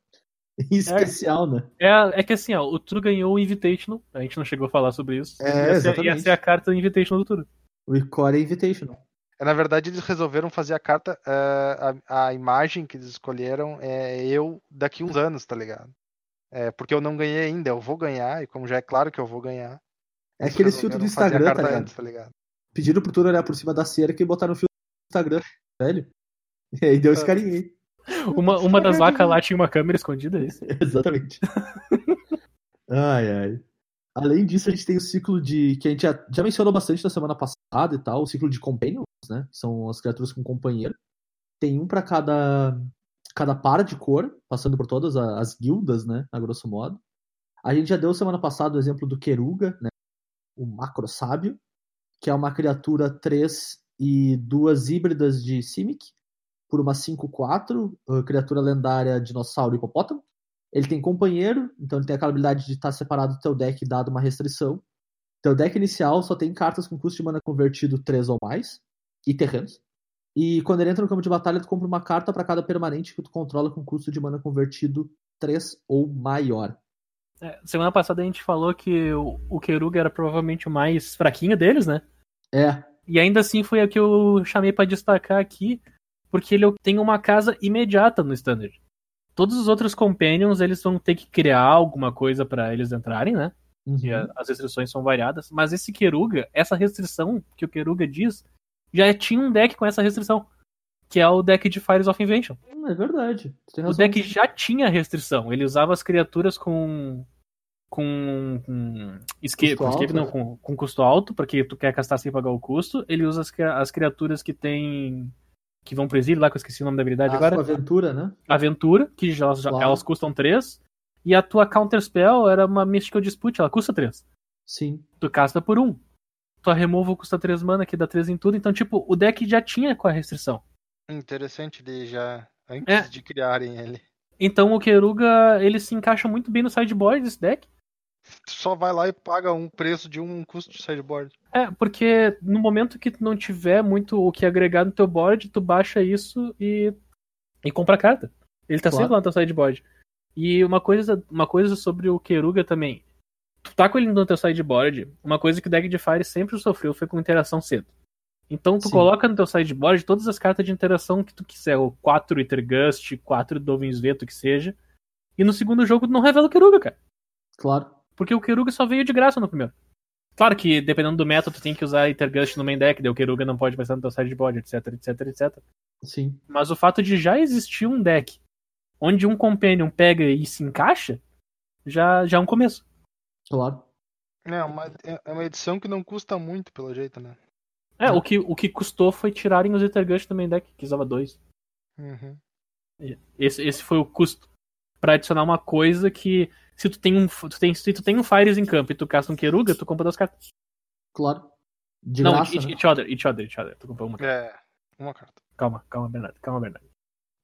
B: em especial, né?
C: É, é que assim, ó, o Turo ganhou o Invitational. A gente não chegou a falar sobre isso.
B: É,
C: ia, ser, ia
B: exatamente.
C: ser a carta do Invitational do Turo.
B: O Icore Invitational.
D: É, Na verdade, eles resolveram fazer a carta, eh, a, a imagem que eles escolheram é eu daqui uns anos, tá ligado? É, porque eu não ganhei ainda, eu vou ganhar, e como já é claro que eu vou ganhar.
B: É aquele
D: eles
B: filtro do
D: resolveram fazer
B: Instagram,
D: a
B: tá
D: carta
B: ligado?
D: antes, tá ligado?
B: Pediram pro Turo olhar por cima da cerca e botaram o filtro do Instagram, velho. E
D: Ah.
B: aí deu esse carinha aí.
C: Uma, uma das vacas lá tinha uma câmera escondida, é isso?
B: Exatamente. ai, ai. Além disso, a gente tem o ciclo de. que a gente já, já mencionou bastante na semana passada e tal, o ciclo de companions, né? Que são as criaturas com companheiro. Tem um pra cada. cada par de cor, passando por todas a- as guildas, né? A grosso modo. A gente já deu semana passada o exemplo do Keruga, né? O macro sábio, que é uma criatura 3 e duas híbridas de Simic, por uma 5-4, uh, criatura lendária dinossauro e hipopótamo. Ele tem companheiro, então ele tem aquela habilidade de estar separado do teu deck dado uma restrição. Teu deck inicial só tem cartas com custo de mana convertido 3 ou mais e terrenos. E quando ele entra no campo de batalha, tu compra uma carta para cada permanente que tu controla com custo de mana convertido 3 ou maior.
C: É, semana passada a gente falou que o, o Keruga era provavelmente o mais fraquinho deles, né?
B: É,
C: E ainda assim foi a que eu chamei pra destacar aqui, porque ele tem uma casa imediata no standard. Todos os outros companions, eles vão ter que criar alguma coisa pra eles entrarem, né?
B: uhum,
C: E a- as restrições são variadas, mas esse Keruga, essa restrição que o Keruga diz, já tinha um deck com essa restrição, que é o deck de Fires of Invention.
B: Hum, é verdade. Tu tem
C: O
B: razão.
C: deck já tinha restrição, ele usava as criaturas com com, com escape,
B: Custo
C: com, escape
B: alto,
C: não,
B: né?
C: com, com custo alto, porque tu quer castar sem pagar o custo. Ele usa as, cri- as criaturas que tem que vão pro exílio lá, que eu esqueci o nome da habilidade
B: a
C: agora.
B: sua Tá aventura, né?
C: Aventura, que já, já-
B: Claro.
C: elas custam 3. E a tua Counter Spell era uma Mystical Dispute, ela custa 3
B: Sim.
C: tu casta por um. Tua removal custa 3 mana, que dá 3 em tudo. Então, tipo, o deck já tinha com a restrição.
D: Interessante ele já, antes
C: É.
D: de criarem ele.
C: Então o Keruga, ele se encaixa muito bem no sideboard desse deck.
D: Tu só vai lá e paga um preço de um custo de sideboard.
C: É, porque no momento que tu não tiver muito o que agregar no teu board, tu baixa isso e, e compra a carta. Ele tá
B: Claro.
C: sempre lá no teu sideboard. E uma coisa, uma coisa sobre o Keruga também. Tu tá com ele no teu sideboard, uma coisa que o deck de Fire sempre sofreu foi com interação cedo. Então tu
B: Sim.
C: coloca no teu sideboard todas as cartas de interação que tu quiser, ou 4 Ethergust, 4 Dovin's Veto, que seja. E no segundo jogo tu não revela o Keruga, cara.
B: Claro.
C: Porque o Keruga só veio de graça no primeiro. Claro que, dependendo do meta, tu tem que usar Intergust no main deck, daí o Keruga não pode passar no teu sideboard, etc, etc, etc.
B: Sim.
C: Mas o fato de já existir um deck onde um Companion pega e se encaixa, já, já é um começo.
B: Claro.
D: É uma, é uma edição que não custa muito, pelo jeito, né?
C: É, o que, o que custou foi tirarem os Intergust do main deck, que usava dois.
D: Uhum.
C: Esse, esse foi o custo. Pra adicionar uma coisa que, se tu tem um, tu tem, se tu tem um Fires em campo e tu casta um Keruga, tu compra duas cartas.
B: Claro. De
C: não,
B: graça,
C: each,
B: né?
C: each other, each other, each other. Tu compra uma.
D: É, uma carta.
C: Calma, calma, Bernardo, calma, Bernardo.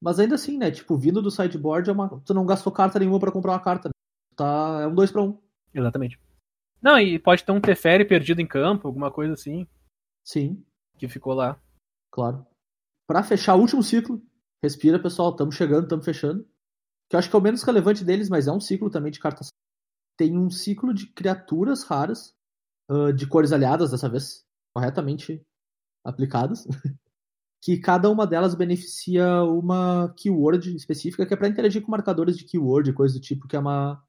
B: Mas ainda assim, né? Tipo, vindo do sideboard, é uma... tu não gastou carta nenhuma pra comprar uma carta. Né? Tá... É um 2 pra 1. Um.
C: Exatamente. Não, e pode ter um Teferi perdido em campo, alguma coisa assim,
B: Sim,
C: que ficou lá.
B: claro. Pra fechar o último ciclo, respira, pessoal. Tamo chegando, tamo fechando. Que eu acho que é o menos relevante deles, mas é um ciclo também de cartas. Tem um ciclo de criaturas raras, ah, de cores aliadas dessa vez. corretamente aplicadas, que cada uma delas beneficia uma keyword específica, que é para interagir com marcadores de keyword, coisa do tipo, que é uma,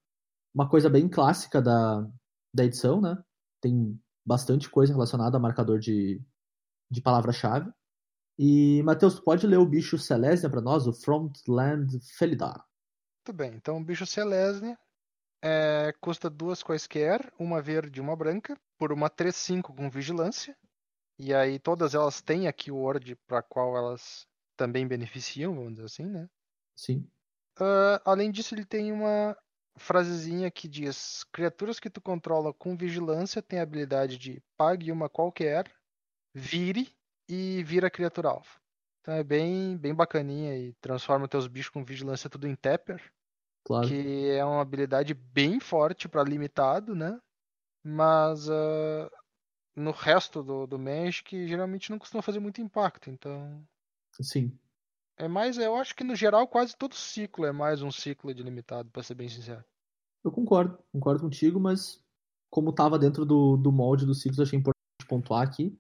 B: uma coisa bem clássica da, da edição, né? Tem bastante coisa relacionada a marcador de, de palavra-chave. E, Matheus, tu pode ler o bicho Celestia para nós, o Frontland Felidar.
D: Muito bem, então o bicho Celestia é, custa duas quaisquer, uma verde e uma branca, por uma 3-5 com vigilância. E aí todas elas têm a keyword para qual elas também beneficiam, vamos dizer assim, né?
B: Sim.
D: Uh, além disso, ele tem uma frasezinha que diz: Criaturas que tu controla com vigilância têm a habilidade de pague uma qualquer, vire e vira criatura alfa. Então é bem, bem bacaninha e transforma teus bichos com vigilância tudo em tapper.
B: Claro.
D: Que é uma habilidade bem forte para limitado, né? Mas uh, no resto do, do Magic geralmente não costuma fazer muito impacto. Então
B: Sim.
D: é mais, eu acho que no geral quase todo ciclo é mais um ciclo de limitado, para ser bem sincero.
B: Eu concordo, concordo contigo, mas como estava dentro do, do molde dos ciclos, achei importante pontuar aqui.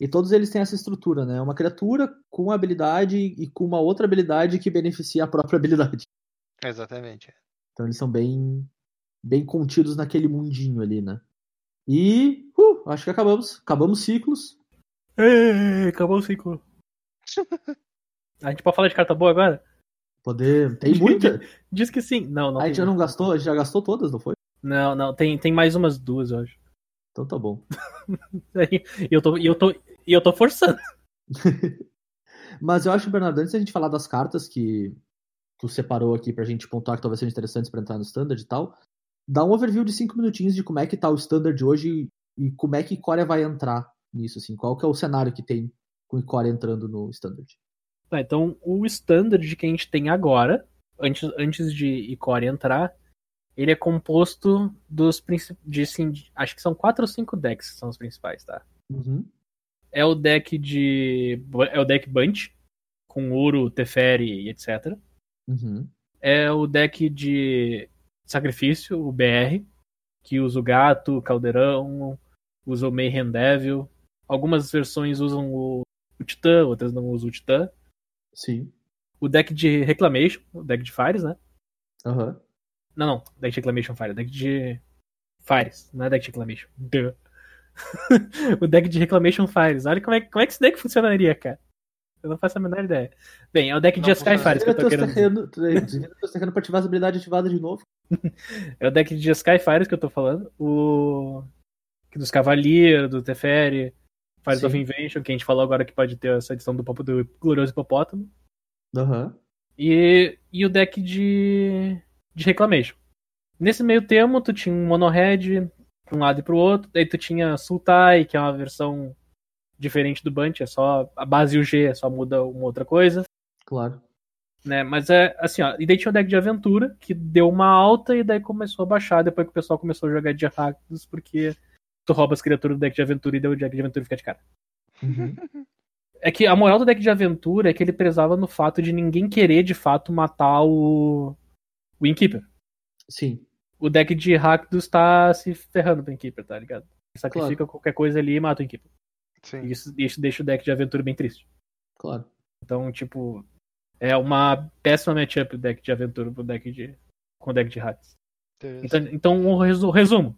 B: E todos eles têm essa estrutura, né? Uma criatura com habilidade e com uma outra habilidade que beneficia a própria habilidade.
D: Exatamente.
B: Então eles são bem bem contidos naquele mundinho ali, né? E uh, acho que acabamos. Acabamos ciclos.
C: Ê, acabou o ciclo. A gente pode falar de carta boa agora?
B: Poder. Tem muita.
C: Diz que sim. Não, não.
B: A
C: tem
B: gente já não gastou, a gente já gastou todas, não foi?
C: Não, não, tem, tem mais umas duas, eu acho.
B: Então tá bom.
C: E eu tô, e eu tô, e eu tô forçando.
B: Mas eu acho, Bernardo, antes da gente falar das cartas que tu separou aqui pra gente pontuar que talvez sejam interessantes pra entrar no standard e tal, dá um overview de cinco minutinhos de como é que tá o standard hoje e como é que Corea vai entrar nisso, assim. Qual que é o cenário que tem com Corea entrando no standard?
C: Tá, então o standard que a gente tem agora, antes, antes de Icore entrar, ele é composto dos principais. Acho que são quatro ou cinco decks que são os principais, tá?
B: Uhum.
C: É o deck de. É o deck Bunch, com ouro, Teferi e etc.
B: Uhum.
C: É o deck de sacrifício, o BR, que usa o gato, o caldeirão, usa o Mayhem Devil. Algumas versões usam o, o Titã, outras não usam o Titã.
B: Sim.
C: O deck de Reclamation, o deck de Fires, né?
B: Aham.
C: Não, não, deck de Reclamation Fire, deck de Fires, não é deck de Reclamation. Duh. o deck de Reclamation Fires. Olha como é, como é que esse deck funcionaria, cara. Eu não faço a menor ideia. Bem, é o deck de
D: Não
C: Sky
D: funciona.
C: Fires que eu tô querendo.
B: Tô sacando pra ativar as habilidades ativadas de novo.
C: É o deck de Skyfires que eu tô falando. O. que Dos Cavalier, do Teferi, Fires
B: Sim.
C: of Invention, que a gente falou agora que pode ter essa edição do, papo- do Glorioso Hipopótamo.
B: Aham.
C: E, e o deck de. de Reclamation. Nesse meio termo, tu tinha um Monohead pra um lado e pro outro. Daí tu tinha Sultai, que é uma versão diferente do Bunch, é só a base e o G, é só muda uma outra coisa
B: Claro.
C: né? Mas é assim, ó, e daí tinha o deck de aventura, que deu uma alta e daí começou a baixar, depois que o pessoal começou a jogar de rápidos, porque tu rouba as criaturas do deck de aventura e daí o deck de aventura fica de cara.
B: Uhum.
C: É que a moral do deck de aventura é que ele prezava no fato de ninguém querer de fato matar o, o Inkeeper.
B: Sim.
C: O deck de Rakdos tá se ferrando pro Inkeeper, tá ligado? Ele Sacrifica qualquer coisa ali e mata o Inkeeper.
D: Sim.
C: E isso, isso deixa o deck de aventura bem triste.
B: Claro.
C: Então, tipo, é uma péssima matchup o deck de aventura pro deck de, com o deck de hacks.
D: Teve-
C: Então, então um resu- resumo.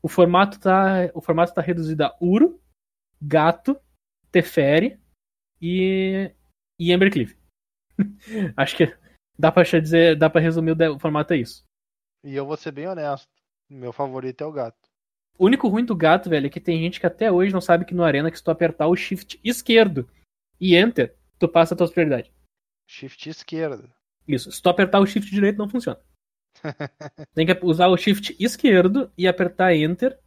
C: O formato tá, o formato tá reduzido a Uro, Gato, Teferi e, e Embercleave. Acho que dá pra achar dizer, dá para resumir o, de- o formato é isso.
D: E eu vou ser bem honesto. Meu favorito é o gato.
C: O único ruim do gato, velho, é que tem gente que até hoje não sabe que no Arena, que se tu apertar o shift esquerdo e enter, tu passa a tua prioridade.
D: Shift esquerda.
C: Isso. Se tu apertar o shift direito, não funciona. Tem que usar o shift esquerdo e apertar enter.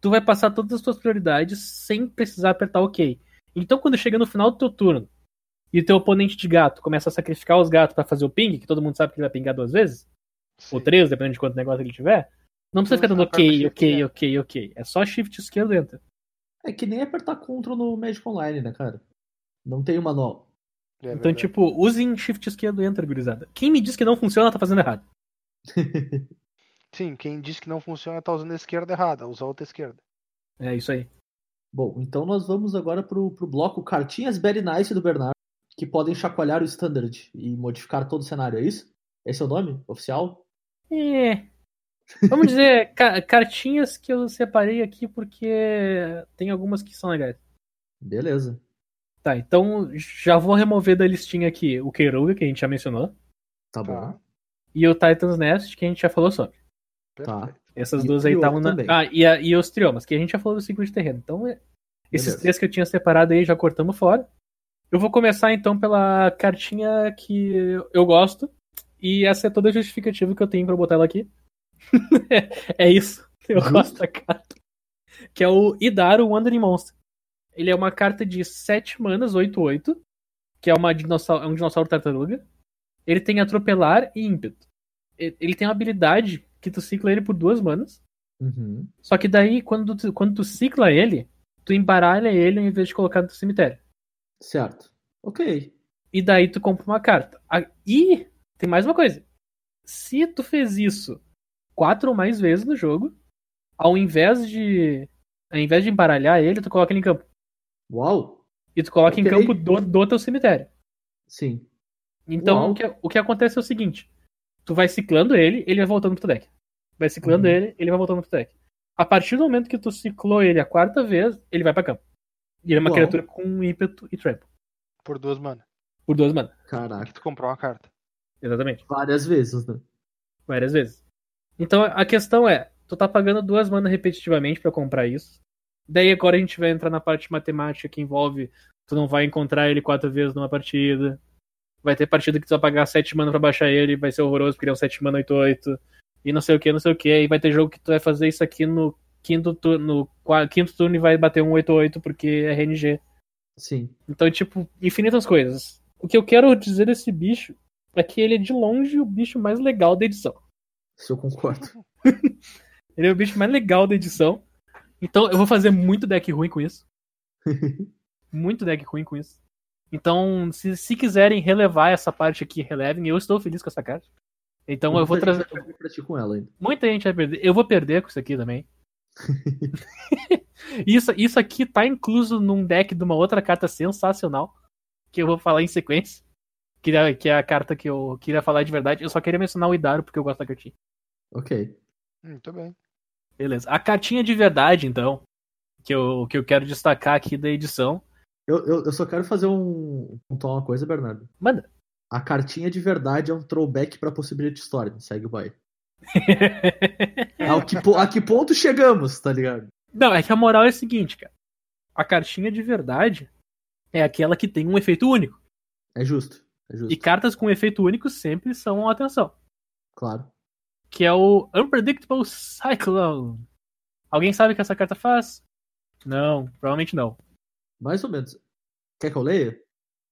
C: Tu vai passar todas as tuas prioridades sem precisar apertar OK. Então, quando chega no final do teu turno e teu oponente de gato começa a sacrificar os gatos pra fazer o ping, que todo mundo sabe que ele vai pingar duas vezes, ou
D: Sim.
C: três, dependendo de quanto negócio ele tiver, não precisa ficar dando
D: Não precisa
C: OK,
D: apertar
C: OK,
D: shift,
C: OK, OK. É só shift esquerdo e enter.
B: É que nem apertar control no Magic Online, né, cara? Não tem o manual.
D: É
C: então,
D: verdade.
C: tipo, usem shift esquerdo e enter, gurizada. Quem me diz que não funciona, tá fazendo errado.
D: Sim, quem disse que não funciona tá usando a esquerda errada, usa a outra esquerda.
C: É isso aí.
B: Bom, então nós vamos agora pro, pro bloco Cartinhas Very Nice do Bernardo, que podem chacoalhar o Standard e modificar todo o cenário, é isso? Esse é o nome oficial?
C: É. Vamos dizer, ca- cartinhas que eu separei aqui porque tem algumas que são legais.
B: Beleza.
C: Tá, então já vou remover da listinha aqui o Kerouga, que a gente já mencionou,
B: Tá,
D: Tá.
B: bom.
C: e o Titan's Nest, que a gente já falou sobre.
D: Tá,
B: tá.
D: Perfeito.
C: Essas
B: E
C: duas
B: o
C: aí
B: Trioma
C: estavam na.
B: também.
C: Ah, e, a- e os triomas, que a gente já falou do ciclo de terreno. Então, é- esses
B: Beleza.
C: três que eu tinha separado aí já cortamos fora. Eu vou começar então pela cartinha que eu gosto. E essa é toda a justificativa que eu tenho pra botar ela aqui. é isso. Eu
B: Justo.
C: gosto da carta. Que é o Idaru Wandering Monster. Ele é uma carta de 7 manas, 8-8. Que é, uma dinossauro, é um dinossauro tartaruga. Ele tem atropelar e ímpeto. E- Ele tem uma habilidade que tu cicla ele por duas manas.
B: Uhum.
C: Só que daí, quando tu, quando tu cicla ele, tu embaralha ele ao invés de colocar no teu cemitério.
B: Certo. Ok.
C: E daí tu compra uma carta. A- E tem mais uma coisa. Se tu fez isso quatro ou mais vezes no jogo, ao invés de. Ao invés de embaralhar ele, tu coloca ele em campo.
B: Uau!
C: E tu coloca em
B: Ok.
C: campo do, do teu cemitério.
B: Sim. Uau.
C: Então, o que, o que acontece é o seguinte: tu vai ciclando ele, ele vai voltando pro teu deck. Vai ciclando
B: Uhum.
C: ele, ele vai voltando pro teu deck. A partir do momento que tu ciclou ele a quarta vez, ele vai pra campo. E ele é uma
B: Uau.
C: criatura com ímpeto e trampo.
D: Por duas mana.
C: Por duas manas.
D: Aqui
B: Caraca,
D: tu comprou uma carta.
C: Exatamente.
B: várias vezes, né?
C: Várias vezes. Então a questão é: tu tá pagando duas manas repetitivamente pra comprar isso. Daí agora a gente vai entrar na parte matemática que envolve tu não vai encontrar ele quatro vezes numa partida. Vai ter partida que tu vai pagar sete manas pra baixar ele, vai ser horroroso porque ele é um sete mana 8-8. E não sei o que, não sei o que. E vai ter jogo que tu vai fazer isso aqui no quinto turno, no qua- quinto turno e vai bater um 8-8 porque é RNG.
B: Sim.
C: Então, tipo, infinitas coisas. O que eu quero dizer desse bicho é que ele é de longe o bicho mais legal da edição.
B: Isso eu concordo.
C: Então Ele é o bicho mais legal da edição. Então eu vou fazer muito deck ruim com isso. muito deck ruim com isso. Então, se, se quiserem relevar essa parte aqui, relevem. Eu estou feliz com essa carta. Então eu vou
B: Muita gente
C: trazer.
B: vai vir pra ti com ela ainda.
C: Muita gente vai perder. Eu vou perder com isso aqui também. isso, isso aqui tá incluso num deck de uma outra carta sensacional. Que eu vou falar em sequência. Que é, que é a carta que eu queria falar de verdade. Eu só queria mencionar o Idaro porque eu gosto da cartinha.
B: Ok.
D: Muito Hum, bem.
C: Beleza. A cartinha de verdade, então. Que eu, que eu quero destacar aqui da edição.
B: Eu, eu, eu só quero fazer um. pontuar uma coisa, Bernardo.
C: Manda.
B: A cartinha de verdade é um throwback pra Possibility Storm. Segue o boy. Ao que, po- a que ponto chegamos, tá ligado?
C: Não, é que a moral é a seguinte, cara. A cartinha de verdade é aquela que tem um efeito único.
B: É justo. É justo.
C: E cartas com efeito único sempre são a atenção.
B: Claro.
C: que é o Unpredictable Cyclone. Alguém sabe o que essa carta faz? Não, provavelmente não.
B: Mais ou menos. Quer que eu leia?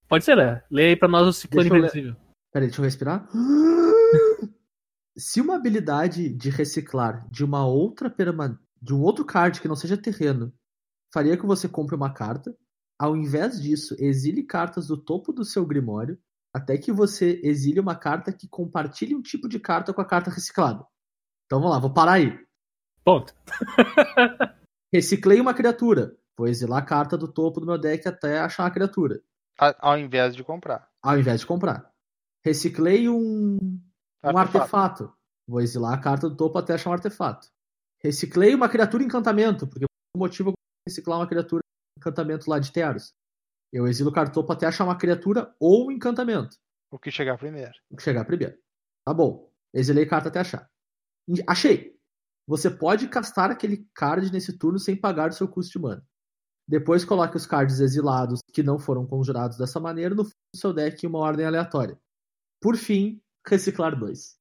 C: Pode ser, né? Lê aí pra nós o Ciclone
B: Deixa eu ler.
C: Imprevisível.
B: Peraí, deixa eu respirar. Se uma habilidade de reciclar de uma outra perma... de um outro card que não seja terreno faria que você compre uma carta, ao invés disso, exile cartas do topo do seu grimório até que você exile uma carta que compartilhe um tipo de carta com a carta reciclada. Então vamos lá, vou parar aí.
C: Ponto.
B: Reciclei uma criatura. Vou exilar a carta do topo do meu deck até achar a criatura,
D: A- Ao invés de comprar.
B: ao invés de comprar. Reciclei um um artefato. Vou exilar a carta do topo até achar um artefato. Reciclei uma criatura encantamento, porque por algum motivo eu vou reciclar uma criatura encantamento lá de Teros. Eu exilo o cara do topo até achar uma criatura ou um encantamento.
D: O que chegar primeiro.
B: O que chegar primeiro. Tá bom. Exilei carta até achar. E- Achei! Você pode castar aquele card nesse turno sem pagar o seu custo de mana. Depois coloque os cards exilados que não foram conjurados dessa maneira no fundo do seu deck em uma ordem aleatória. Por fim, reciclar dois.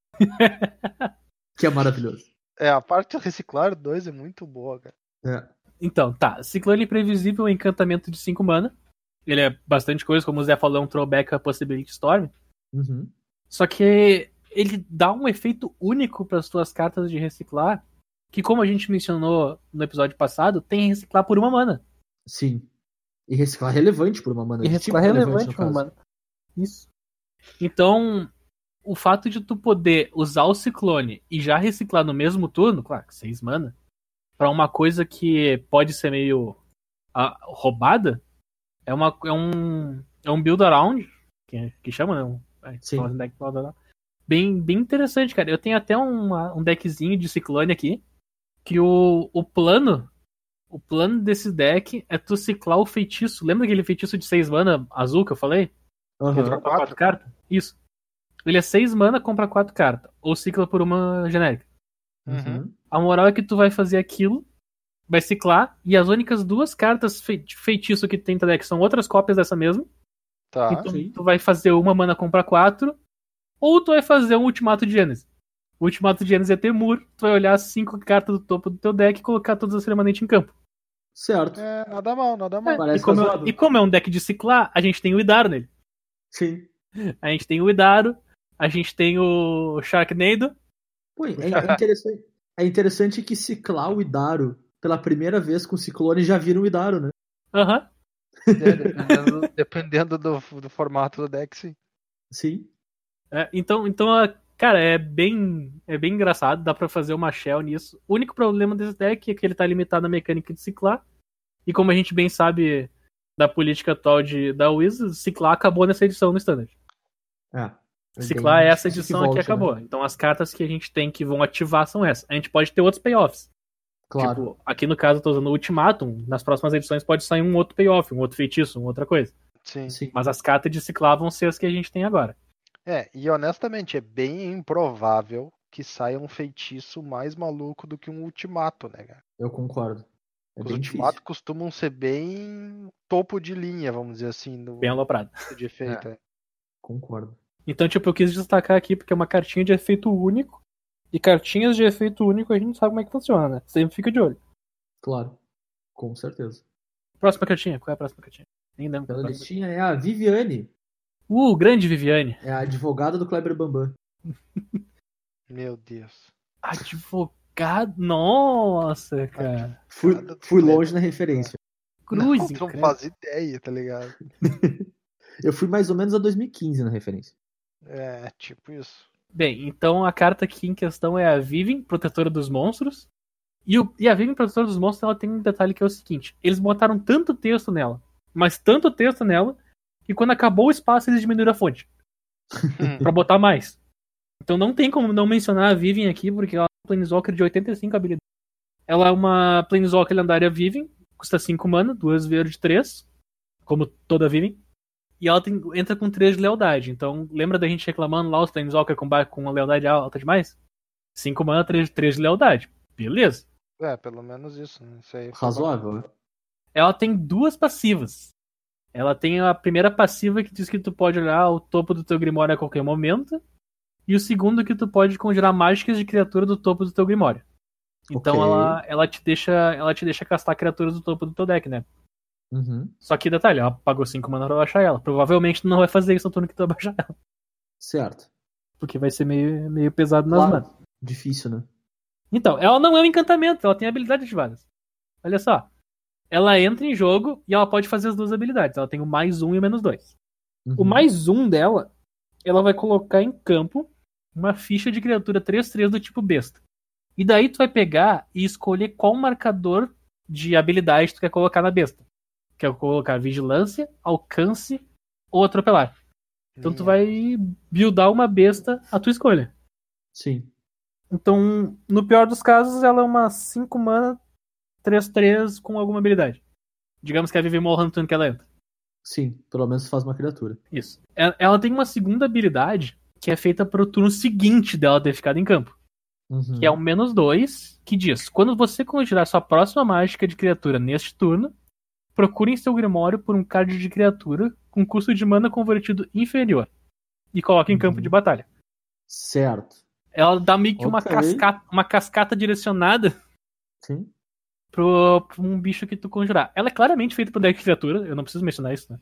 B: que é maravilhoso.
D: É, a parte de reciclar 2 é muito boa, cara.
B: É.
C: Então, tá. Ciclone Imprevisível é um encantamento de 5 mana. Ele é bastante coisa, como o Zé falou, é um throwback a Possibility Storm.
B: Uhum.
C: Só que ele dá um efeito único para as tuas cartas de reciclar, que como a gente mencionou no episódio passado, tem reciclar por uma mana.
B: Sim. E reciclar relevante por uma maneira.
C: E
B: de
C: reciclar
B: tipo
C: relevante,
B: no caso.
C: mano. Isso. Então, o fato de tu poder usar o ciclone e já reciclar no mesmo turno, claro, que seis mana, pra uma coisa que pode ser meio a- roubada é, uma, é um é um build around que, que chama, né? Um, é,
B: Sim.
C: fala assim, deck build around. Bem, bem interessante, cara. Eu tenho até uma- um deckzinho de ciclone aqui que o, o plano o plano desse deck é tu ciclar o feitiço. Lembra aquele feitiço de 6 mana azul que eu falei?
B: Aham.
D: Troca
C: Compra
D: quatro?
C: quatro cartas? Isso. Ele é 6 mana, compra quatro cartas. Ou cicla por uma genérica.
D: Uhum.
B: Uhum.
C: A moral é que tu vai fazer aquilo, vai ciclar, e as únicas duas cartas fei- de feitiço que tem no deck são outras cópias dessa mesma.
D: Tá.
C: então
B: sim.
C: tu vai fazer uma mana compra quatro, ou tu vai fazer um Ultimato de Gênesis. O Ultimato de Gênesis é ter muro, tu vai olhar as cinco cartas do topo do teu deck e colocar todas as permanentes em campo.
B: Certo.
D: É, nada mal, nada mal.
B: Parece
C: E como, é,
B: razoável.
C: e como é um deck de ciclar, a gente tem o Idaro nele.
B: Sim.
C: A gente tem o Idaro, a gente tem o Sharknado.
B: Pô, é, é interessante, é interessante que ciclar o Idaro pela primeira vez com o Ciclone já vira o Idaro, né?
C: Aham.
D: É, dependendo dependendo do, do formato do deck, sim.
B: Sim.
C: É, então, então, ah, cara, é bem, é bem engraçado, dá pra fazer uma shell nisso. O único problema desse deck é que ele tá limitado à mecânica de ciclar. E como a gente bem sabe da política atual de, da Wizards, ciclar acabou nessa edição no Standard.
B: É.
C: Ciclar é essa edição
B: que
D: né?
B: né?
C: aqui acabou. Então as cartas que a gente tem que vão ativar são essas. A gente pode ter outros payoffs.
B: Claro.
C: Tipo, aqui no caso eu tô usando o Ultimatum, nas próximas edições pode sair um outro payoff, um outro feitiço, uma outra coisa.
D: Sim.
B: Sim.
C: Mas as cartas de ciclar vão ser as que a gente tem agora.
D: É, e honestamente, é bem improvável que saia um feitiço mais maluco do que um ultimato, né, cara?
B: Eu concordo. É
D: Os
B: bem
D: ultimatos costumam ser bem topo de linha, vamos dizer assim, no
C: Bem aloprado.
D: tipo de efeito. é.
B: difícil, Concordo.
C: Então, tipo, eu quis destacar aqui porque é uma cartinha de efeito único. E cartinhas de efeito único a gente não sabe como é que funciona, né? Sempre fica de olho.
B: Claro. Com certeza.
C: Próxima cartinha, qual é a próxima cartinha? Nem lembro. qual é
D: Tá.
B: Pela
C: a próxima.
B: listinha é a Viviane.
C: Uh, grande Viviane.
B: É a advogada do Kleber Bambam.
D: Meu Deus.
C: Advogado. Nossa, cara.
B: Fui,
D: Advogada do
B: fui
D: Kleber.
B: longe na referência.
C: Cruz,
D: não, tu não
C: incrível.
D: faz ideia, tá ligado?
B: Eu fui mais ou menos a 2015 na referência.
D: É, tipo isso.
C: Bem, então a carta aqui em questão é a Vivian, protetora dos monstros. E, o- e a Vivian, protetora dos monstros, ela tem um detalhe que é o seguinte: eles botaram tanto texto nela, mas tanto texto nela, que quando acabou o espaço eles diminuíram a fonte. Pra botar mais. Então não tem como não mencionar a Vivian aqui, porque ela é uma Planeswalker de 85 habilidades. Ela é uma Planeswalker lendária Vivian, custa 5 mana, duas verde 3, como toda Vivian. E ela tem- entra com 3 de lealdade. Então, lembra da gente reclamando lá os Planeswalker com, ba- com lealdade alta demais? 5 mana, 3, de lealdade. Beleza.
D: É, pelo menos isso. Né? Isso aí foi
B: Razoável, né?
C: Ela tem duas passivas. Ela tem a primeira passiva que diz que tu pode olhar o topo do teu Grimório a qualquer momento. E o segundo que tu pode conjurar mágicas de criatura do topo do teu Grimório. Então
B: Ok.
C: ela, ela te deixa ela te deixa castar criaturas do topo do teu deck, né?
B: Uhum.
C: Só que detalhe, ela pagou 5 mana pra baixar ela. Provavelmente tu não vai fazer isso no turno que tu abaixar ela,
B: Certo.
C: porque vai ser meio, meio pesado nas manas.
B: Claro. Difícil, né?
C: Então, ela não é um encantamento, ela tem habilidades ativadas. Olha só. Ela entra em jogo e ela pode fazer as duas habilidades. Ela tem o mais um e o menos dois. O
B: Uhum.
C: mais um dela, ela vai colocar em campo uma ficha de criatura 3-3 do tipo besta. E daí tu vai pegar e escolher qual marcador de habilidade tu quer colocar na besta. Quer colocar vigilância, alcance ou atropelar. Então tu
D: Minha-
C: vai buildar uma besta à tua escolha.
B: Sim.
C: Então, no pior dos casos, ela é uma 5 mana 3-3 com alguma habilidade. Digamos que a Vivi Mohan turno que ela entra.
B: Sim. Pelo menos faz uma criatura.
C: Isso. Ela, ela tem uma segunda habilidade que é feita pro turno seguinte dela ter ficado em campo.
B: Uhum.
C: Que é um menos dois que diz: quando você conjurar sua próxima mágica de criatura neste turno, procure em seu Grimório por um card de criatura com custo de mana convertido inferior. E coloque em campo
B: Uhum.
C: de batalha.
B: Certo.
C: Ela dá meio que uma,
B: Ok.
C: cascata, uma cascata direcionada
B: Sim.
C: pro, pro um bicho que tu conjurar. Ela é claramente feita pro deck de criatura, eu não preciso mencionar isso, né?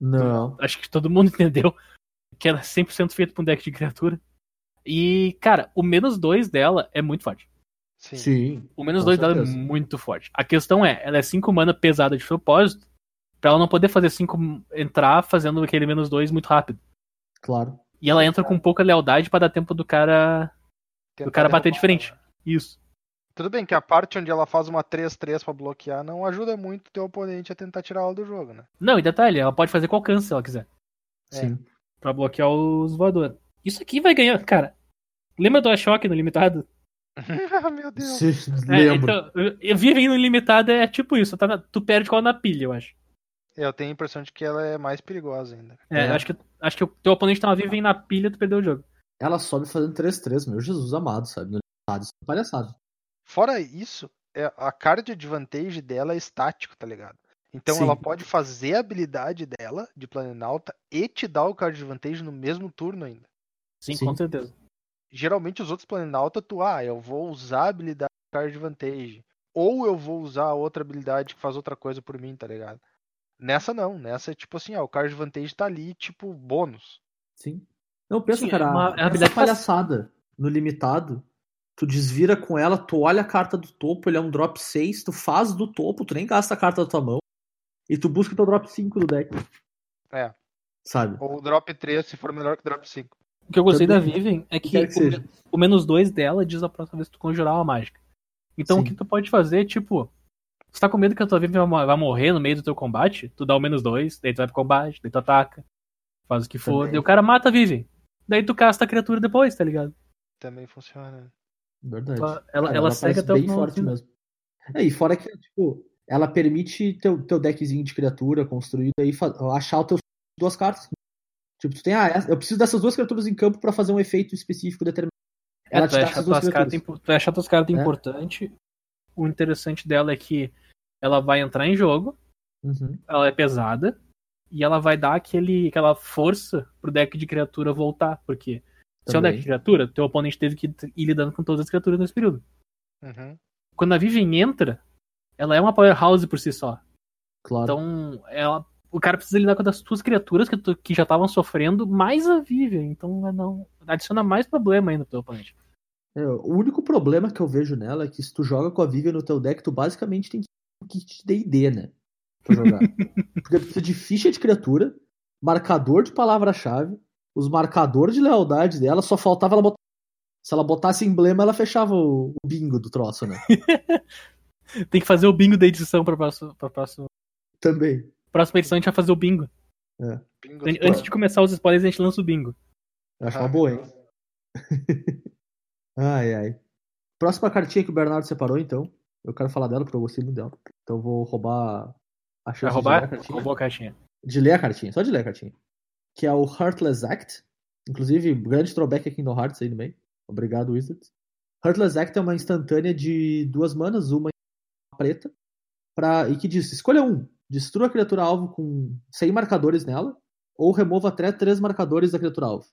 B: Não.
C: acho que todo mundo entendeu que ela é 100% feita pra um deck de criatura. E, cara, o menos 2 dela é muito forte.
D: Sim.
B: Sim.
C: O menos
B: Com
C: 2 dela é
B: certeza.
C: muito forte. A questão é, ela é 5 mana pesada de propósito, pra ela não poder fazer 5 entrar fazendo aquele menos 2 muito rápido.
B: Claro.
C: E ela entra com pouca lealdade pra dar tempo do cara
D: Tentar
C: do cara bater de
D: derrubar,
C: frente.
D: né?
C: isso.
D: Tudo bem que a parte onde ela faz uma 3-3 pra bloquear não ajuda muito o teu oponente a tentar tirar ela do jogo, né?
C: Não, e detalhe, ela pode fazer com alcance se ela quiser.
D: É.
B: Sim.
C: Pra bloquear os voadores. Isso aqui vai ganhar, cara. Lembra do Ashock no limitado?
D: Ah, Meu Deus.
B: Sim,
C: É,
B: lembro.
C: então, eu- eu vive no limitado é tipo isso, tá na- tu perde cola na pilha, eu acho.
D: Eu tenho a impressão de que ela é mais perigosa ainda.
C: É,
B: É.
C: eu Acho, que, acho que o teu oponente tá vive na pilha, tu perdeu o jogo.
B: Ela sobe fazendo 3-3, meu Jesus amado, sabe? No limitado, isso é palhaçada.
D: Fora isso, é- a card advantage dela é estático, tá ligado? Então
B: Sim.
D: ela pode fazer a habilidade dela de Planalta e te dar o card advantage no mesmo turno ainda.
C: Sim,
B: Sim.
C: com certeza.
D: geralmente os outros Planalta, tu, ah, eu vou usar a habilidade Card Advantage. Ou eu vou usar a outra habilidade que faz outra coisa por mim, tá ligado? Nessa não, nessa é tipo assim, ó, o Card Advantage tá ali, tipo, bônus.
B: Sim. Não, pensa,
C: Sim, é
B: cara,
C: uma- é uma
B: essa
C: habilidade
B: palhaçada no limitado, tu desvira com ela, tu olha a carta do topo, ele é um drop 6, tu faz do topo, tu nem gasta a carta da tua mão, e tu busca o teu drop 5 do deck.
D: É.
B: Sabe?
D: Ou drop 3, se for melhor que drop 5.
C: O que eu gostei da
B: Também-
C: Vivian é que,
B: Quer que
C: o,
B: seja.
C: men- o menos dois dela diz a próxima vez que tu conjurar uma mágica. Então o
B: Sim.
C: que tu pode fazer é tipo, tu tá com medo que a tua Vivian vai mo- vai morrer no meio do teu combate, tu dá o menos dois, daí tu vai pro combate, daí tu ataca, faz o que for,
B: Também.
C: daí o cara mata a Vivian. Daí tu casta a criatura depois, tá ligado?
D: Também funciona.
B: Verdade.
C: Ela, ela,
B: Cara,
C: ela
B: parece
C: segue até o
B: bem
C: final.
B: forte mesmo. É, e fora que, tipo, ela permite teu, teu deckzinho de criatura construído aí, fa- achar os teus duas cartas. Tipo, tu tem, ah, essa- eu preciso dessas duas criaturas em campo pra fazer um efeito específico determinado.
C: É,
B: Ela
C: tu
B: te dá
C: achar
B: essas duas
C: tuas cartas
B: criaturas.
C: impo- tu achar tuas cartas
B: É.
C: importante. O interessante dela é que ela vai entrar em jogo,
B: Uhum.
C: ela é pesada, e ela vai dar aquele, aquela força pro deck de criatura voltar, porque se é um
B: Também.
C: deck de criatura, teu oponente teve que t- ir lidando com todas as criaturas nesse período.
D: Uhum.
C: Quando a Vivian entra, ela é uma powerhouse por si só.
B: Claro.
C: Então, ela, o cara precisa lidar com as suas criaturas que, tu- que já estavam sofrendo, mais a Vivian. Então, ela não, adiciona mais problema ainda pro teu oponente.
B: É, o único problema que eu vejo nela é que se tu joga com a Vivian no teu deck, tu basicamente tem que ter um kit de D&D, né? Pra jogar. Porque tu precisa de ficha de criatura, marcador de palavra-chave, os marcadores de lealdade dela, só faltava ela botar... Se ela botasse emblema, ela fechava o, o bingo do troço, né?
C: Tem que fazer o bingo da edição pra, próximo, pra próximo-
B: Também.
C: próxima edição. A gente vai fazer o bingo.
D: Bingo
C: An-
D: do
C: Antes de começar os spoilers, a gente lança o bingo.
B: Eu acho
D: Ah,
B: é uma boa, hein? ai, ai. Próxima cartinha que o Bernardo separou, então. Eu quero falar dela, porque eu gostei muito dela. Então eu vou roubar a chance
C: Vai
B: de
C: roubar?
B: ler a cartinha.
C: Roubou a caixinha.
B: de ler a cartinha, só de ler a cartinha. Que é o Heartless Act. Inclusive, grande throwback aqui no Hearts aí no meio. Obrigado, Wizards. Heartless Act é uma instantânea de duas manas, uma preta, pra, e que diz: escolha um, destrua a criatura alvo com 100 marcadores nela, ou remova até três marcadores da criatura alvo.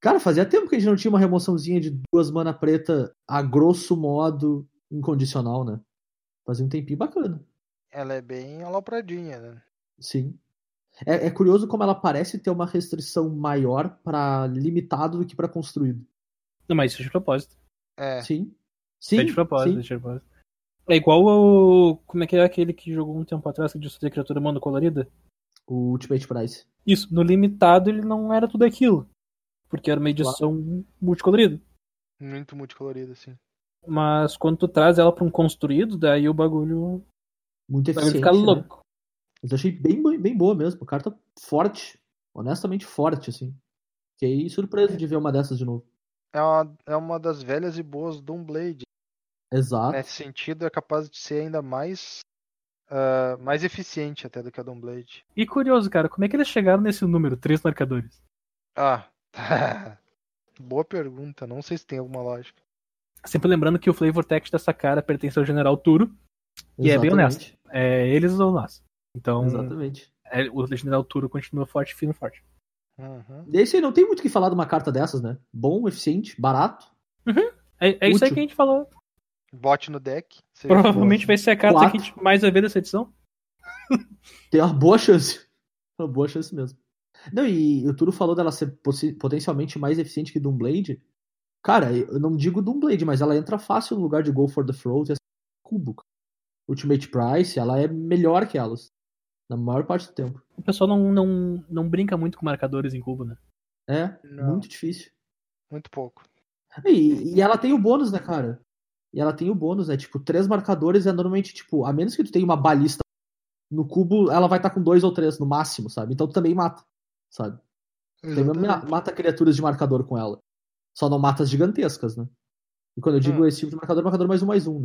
B: Cara, fazia tempo que a gente não tinha uma remoçãozinha de duas mana preta a grosso modo incondicional, né? Fazia um tempinho bacana.
D: Ela é bem alopradinha, né?
B: Sim. É, é curioso como ela parece ter uma restrição maior pra limitado do que pra construído.
C: Não, mas isso é de propósito.
D: É.
B: Sim.
C: Isso
B: Sim.
C: é de propósito,
B: sim.
C: isso é de propósito. É igual ao. Como é que é aquele que jogou um tempo atrás que disse ter criatura é monocolorida?
B: O Ultimate Price.
C: Isso, no limitado ele não era tudo aquilo. Porque era uma edição multicolorida.
D: Muito multicolorido, assim.
C: Mas quando tu traz ela pra um construído, daí o bagulho
B: Muito
C: vai
B: eficiente.
C: ficar
B: né?
C: louco.
B: Mas eu achei bem, bo- bem boa mesmo. Carta forte. Honestamente forte, assim. Fiquei surpreso de ver uma dessas de novo.
D: É uma, é uma das velhas e boas Doomblade.
C: Ah.
B: Exato.
D: Nesse sentido, é capaz de ser ainda mais, ah, mais eficiente até do que a um Doomblade.
C: E curioso, cara, como é que eles chegaram nesse número, três marcadores?
D: Ah, boa pergunta. Não sei se tem alguma lógica.
C: Sempre lembrando que o flavor text dessa cara pertence ao General Turo. E é bem honesto. É eles ou nós. Então,
B: Exatamente.
C: é, o General Turo continua forte, firme, forte.
D: Uhum.
B: Desse aí não tem muito o que falar de uma carta dessas, né? Bom, eficiente, barato.
C: É, é isso aí
B: Útil.
C: que a gente falou.
D: Bote no deck. Você-
C: Provavelmente vai ser a carta
B: Quatro.
C: que a gente mais vai ver dessa edição.
B: Tem uma boa chance. Uma boa chance mesmo. Não, e o Turo falou dela ser possi- potencialmente mais eficiente que Doomblade. Cara, eu não digo Doomblade, mas ela entra fácil no lugar de Go for the Throat e essa cubo. cara. Ultimate Price, ela é melhor que elas. Na maior parte do tempo.
C: O pessoal não, não, não brinca muito com marcadores em cubo, né?
B: É,
D: Não,
B: muito difícil.
D: muito pouco.
B: E, e ela tem o bônus, né, cara? E ela tem o bônus, né? Tipo, três marcadores é normalmente, tipo, a menos que tu tenha uma balista no cubo, ela vai estar com dois ou três no máximo, sabe? Então tu também mata, sabe? Tu também ma- mata criaturas de marcador com ela. Só não mata as gigantescas, né? E quando eu digo
C: Ah.
D: Hum.
B: esse tipo de marcador, marcador mais um mais um, né?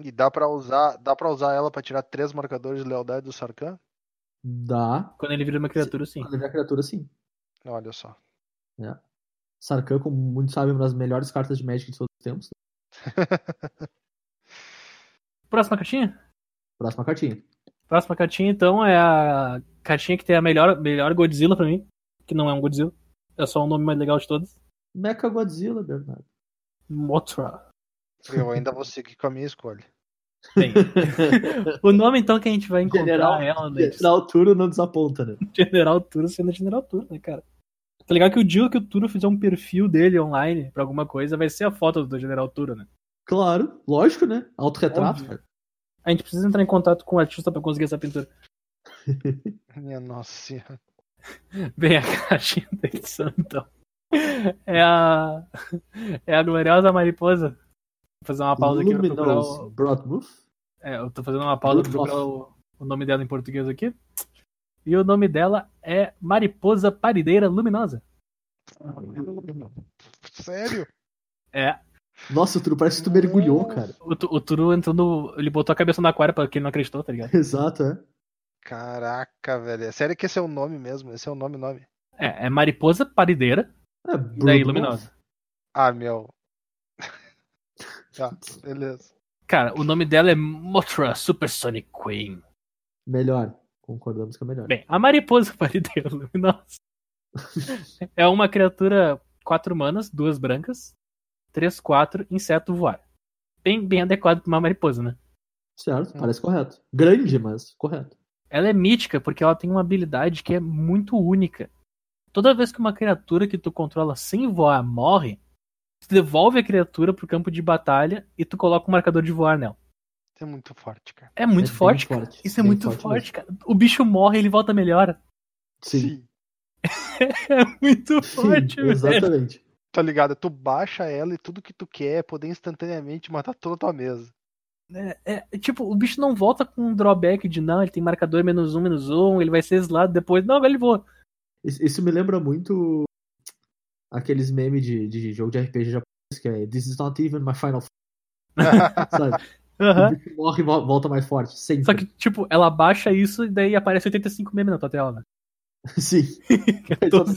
D: E dá pra usar, dá para usar ela pra tirar três marcadores de lealdade do Sarkhan?
B: Dá.
C: Quando ele vira uma criatura, sim.
B: Quando ele é criatura, sim.
D: Olha só.
B: Sarkhan, como muitos sabem, é uma das melhores cartas de Magic de todos os tempos. né?
C: Próxima caixinha?
B: Próxima cartinha.
C: Próxima caixinha, então, é a caixinha que tem a melhor, melhor Godzilla pra mim. Que não é um Godzilla. É só o nome mais legal de todos.
B: Mecha Godzilla, Bernardo.
C: Mothra.
D: Eu ainda vou seguir com a minha escolha.
C: Bem, o nome, então, que a gente vai encontrar
B: General-
C: ela, né?
B: Na altura não desaponta, né?
C: General Turo sendo General Turo, né, cara? Tá legal que o dia que o Turo fizer um perfil dele online pra alguma coisa, vai ser a foto do General Turo, né?
B: Claro, lógico, né? Autorretrato,
C: Óbvio.
B: cara.
C: A gente precisa entrar em contato com o artista pra conseguir essa pintura.
D: Minha nossa senhora.
C: Bem, a caixinha da edição, então. É a. É a gloriosa mariposa. Vou fazer uma pausa aqui pra procurar o...
B: Luminous Broadmoof.
C: É, eu tô fazendo uma pausa pra
B: Luminous.
C: procurar o, o nome dela em português aqui. E o nome dela é Mariposa Parideira Luminosa. Ah.
D: Sério?
C: É,
B: Nossa, Turo, parece que tu mergulhou, cara.
C: o, Tu- o Turu entrou no. Ele botou a cabeça no aquário pra quem não acreditou, tá ligado?
B: Exato, é.
D: Caraca, velho. É Sério que esse é o nome mesmo? Esse é o nome, nome.
C: É, é Mariposa Parideira
B: É,
C: e daí
B: Broadmoof.
C: Luminosa.
D: Ah, meu. tá, beleza.
C: Cara, o nome dela é Mothra Supersonic Queen.
B: Melhor. Concordamos que é melhor.
C: Bem, a mariposa parideira luminosa é uma criatura quatro humanas, duas brancas, três, quatro, inseto voar. Bem, bem adequado pra uma mariposa, né?
B: certo,
D: Hum.
B: parece correto. Grande, mas correto.
C: Ela é mítica porque ela tem uma habilidade que é muito única. Toda vez que uma criatura que tu controla sem voar morre, tu devolve a criatura pro campo de batalha e tu coloca um marcador de voar nela.
D: Isso é muito forte, cara.
C: É
B: É
C: muito
B: bem
C: forte, cara.
B: forte,
C: Isso é
B: bem
C: muito
B: forte
C: forte, cara. O bicho morre, ele volta melhor.
B: Sim.
C: É muito
B: Sim,
C: forte, velho.
B: exatamente.
D: Tá ligado? Tu baixa ela e tudo que tu quer é poder instantaneamente matar toda a tua mesa.
C: É, é, tipo, o bicho não volta com um drawback de não, ele tem marcador menos um, menos um, ele vai ser exilado depois. Não, agora ele voa.
B: Isso isso me lembra muito aqueles memes de, de jogo de RPG japonês que é This is not even my final fight", sabe?
C: Aham.
B: O bicho morre e vol- volta mais forte, sempre.
C: Só que, tipo, ela baixa isso e daí aparece 85 memes na tua tela, né?
B: Sim.
C: todos,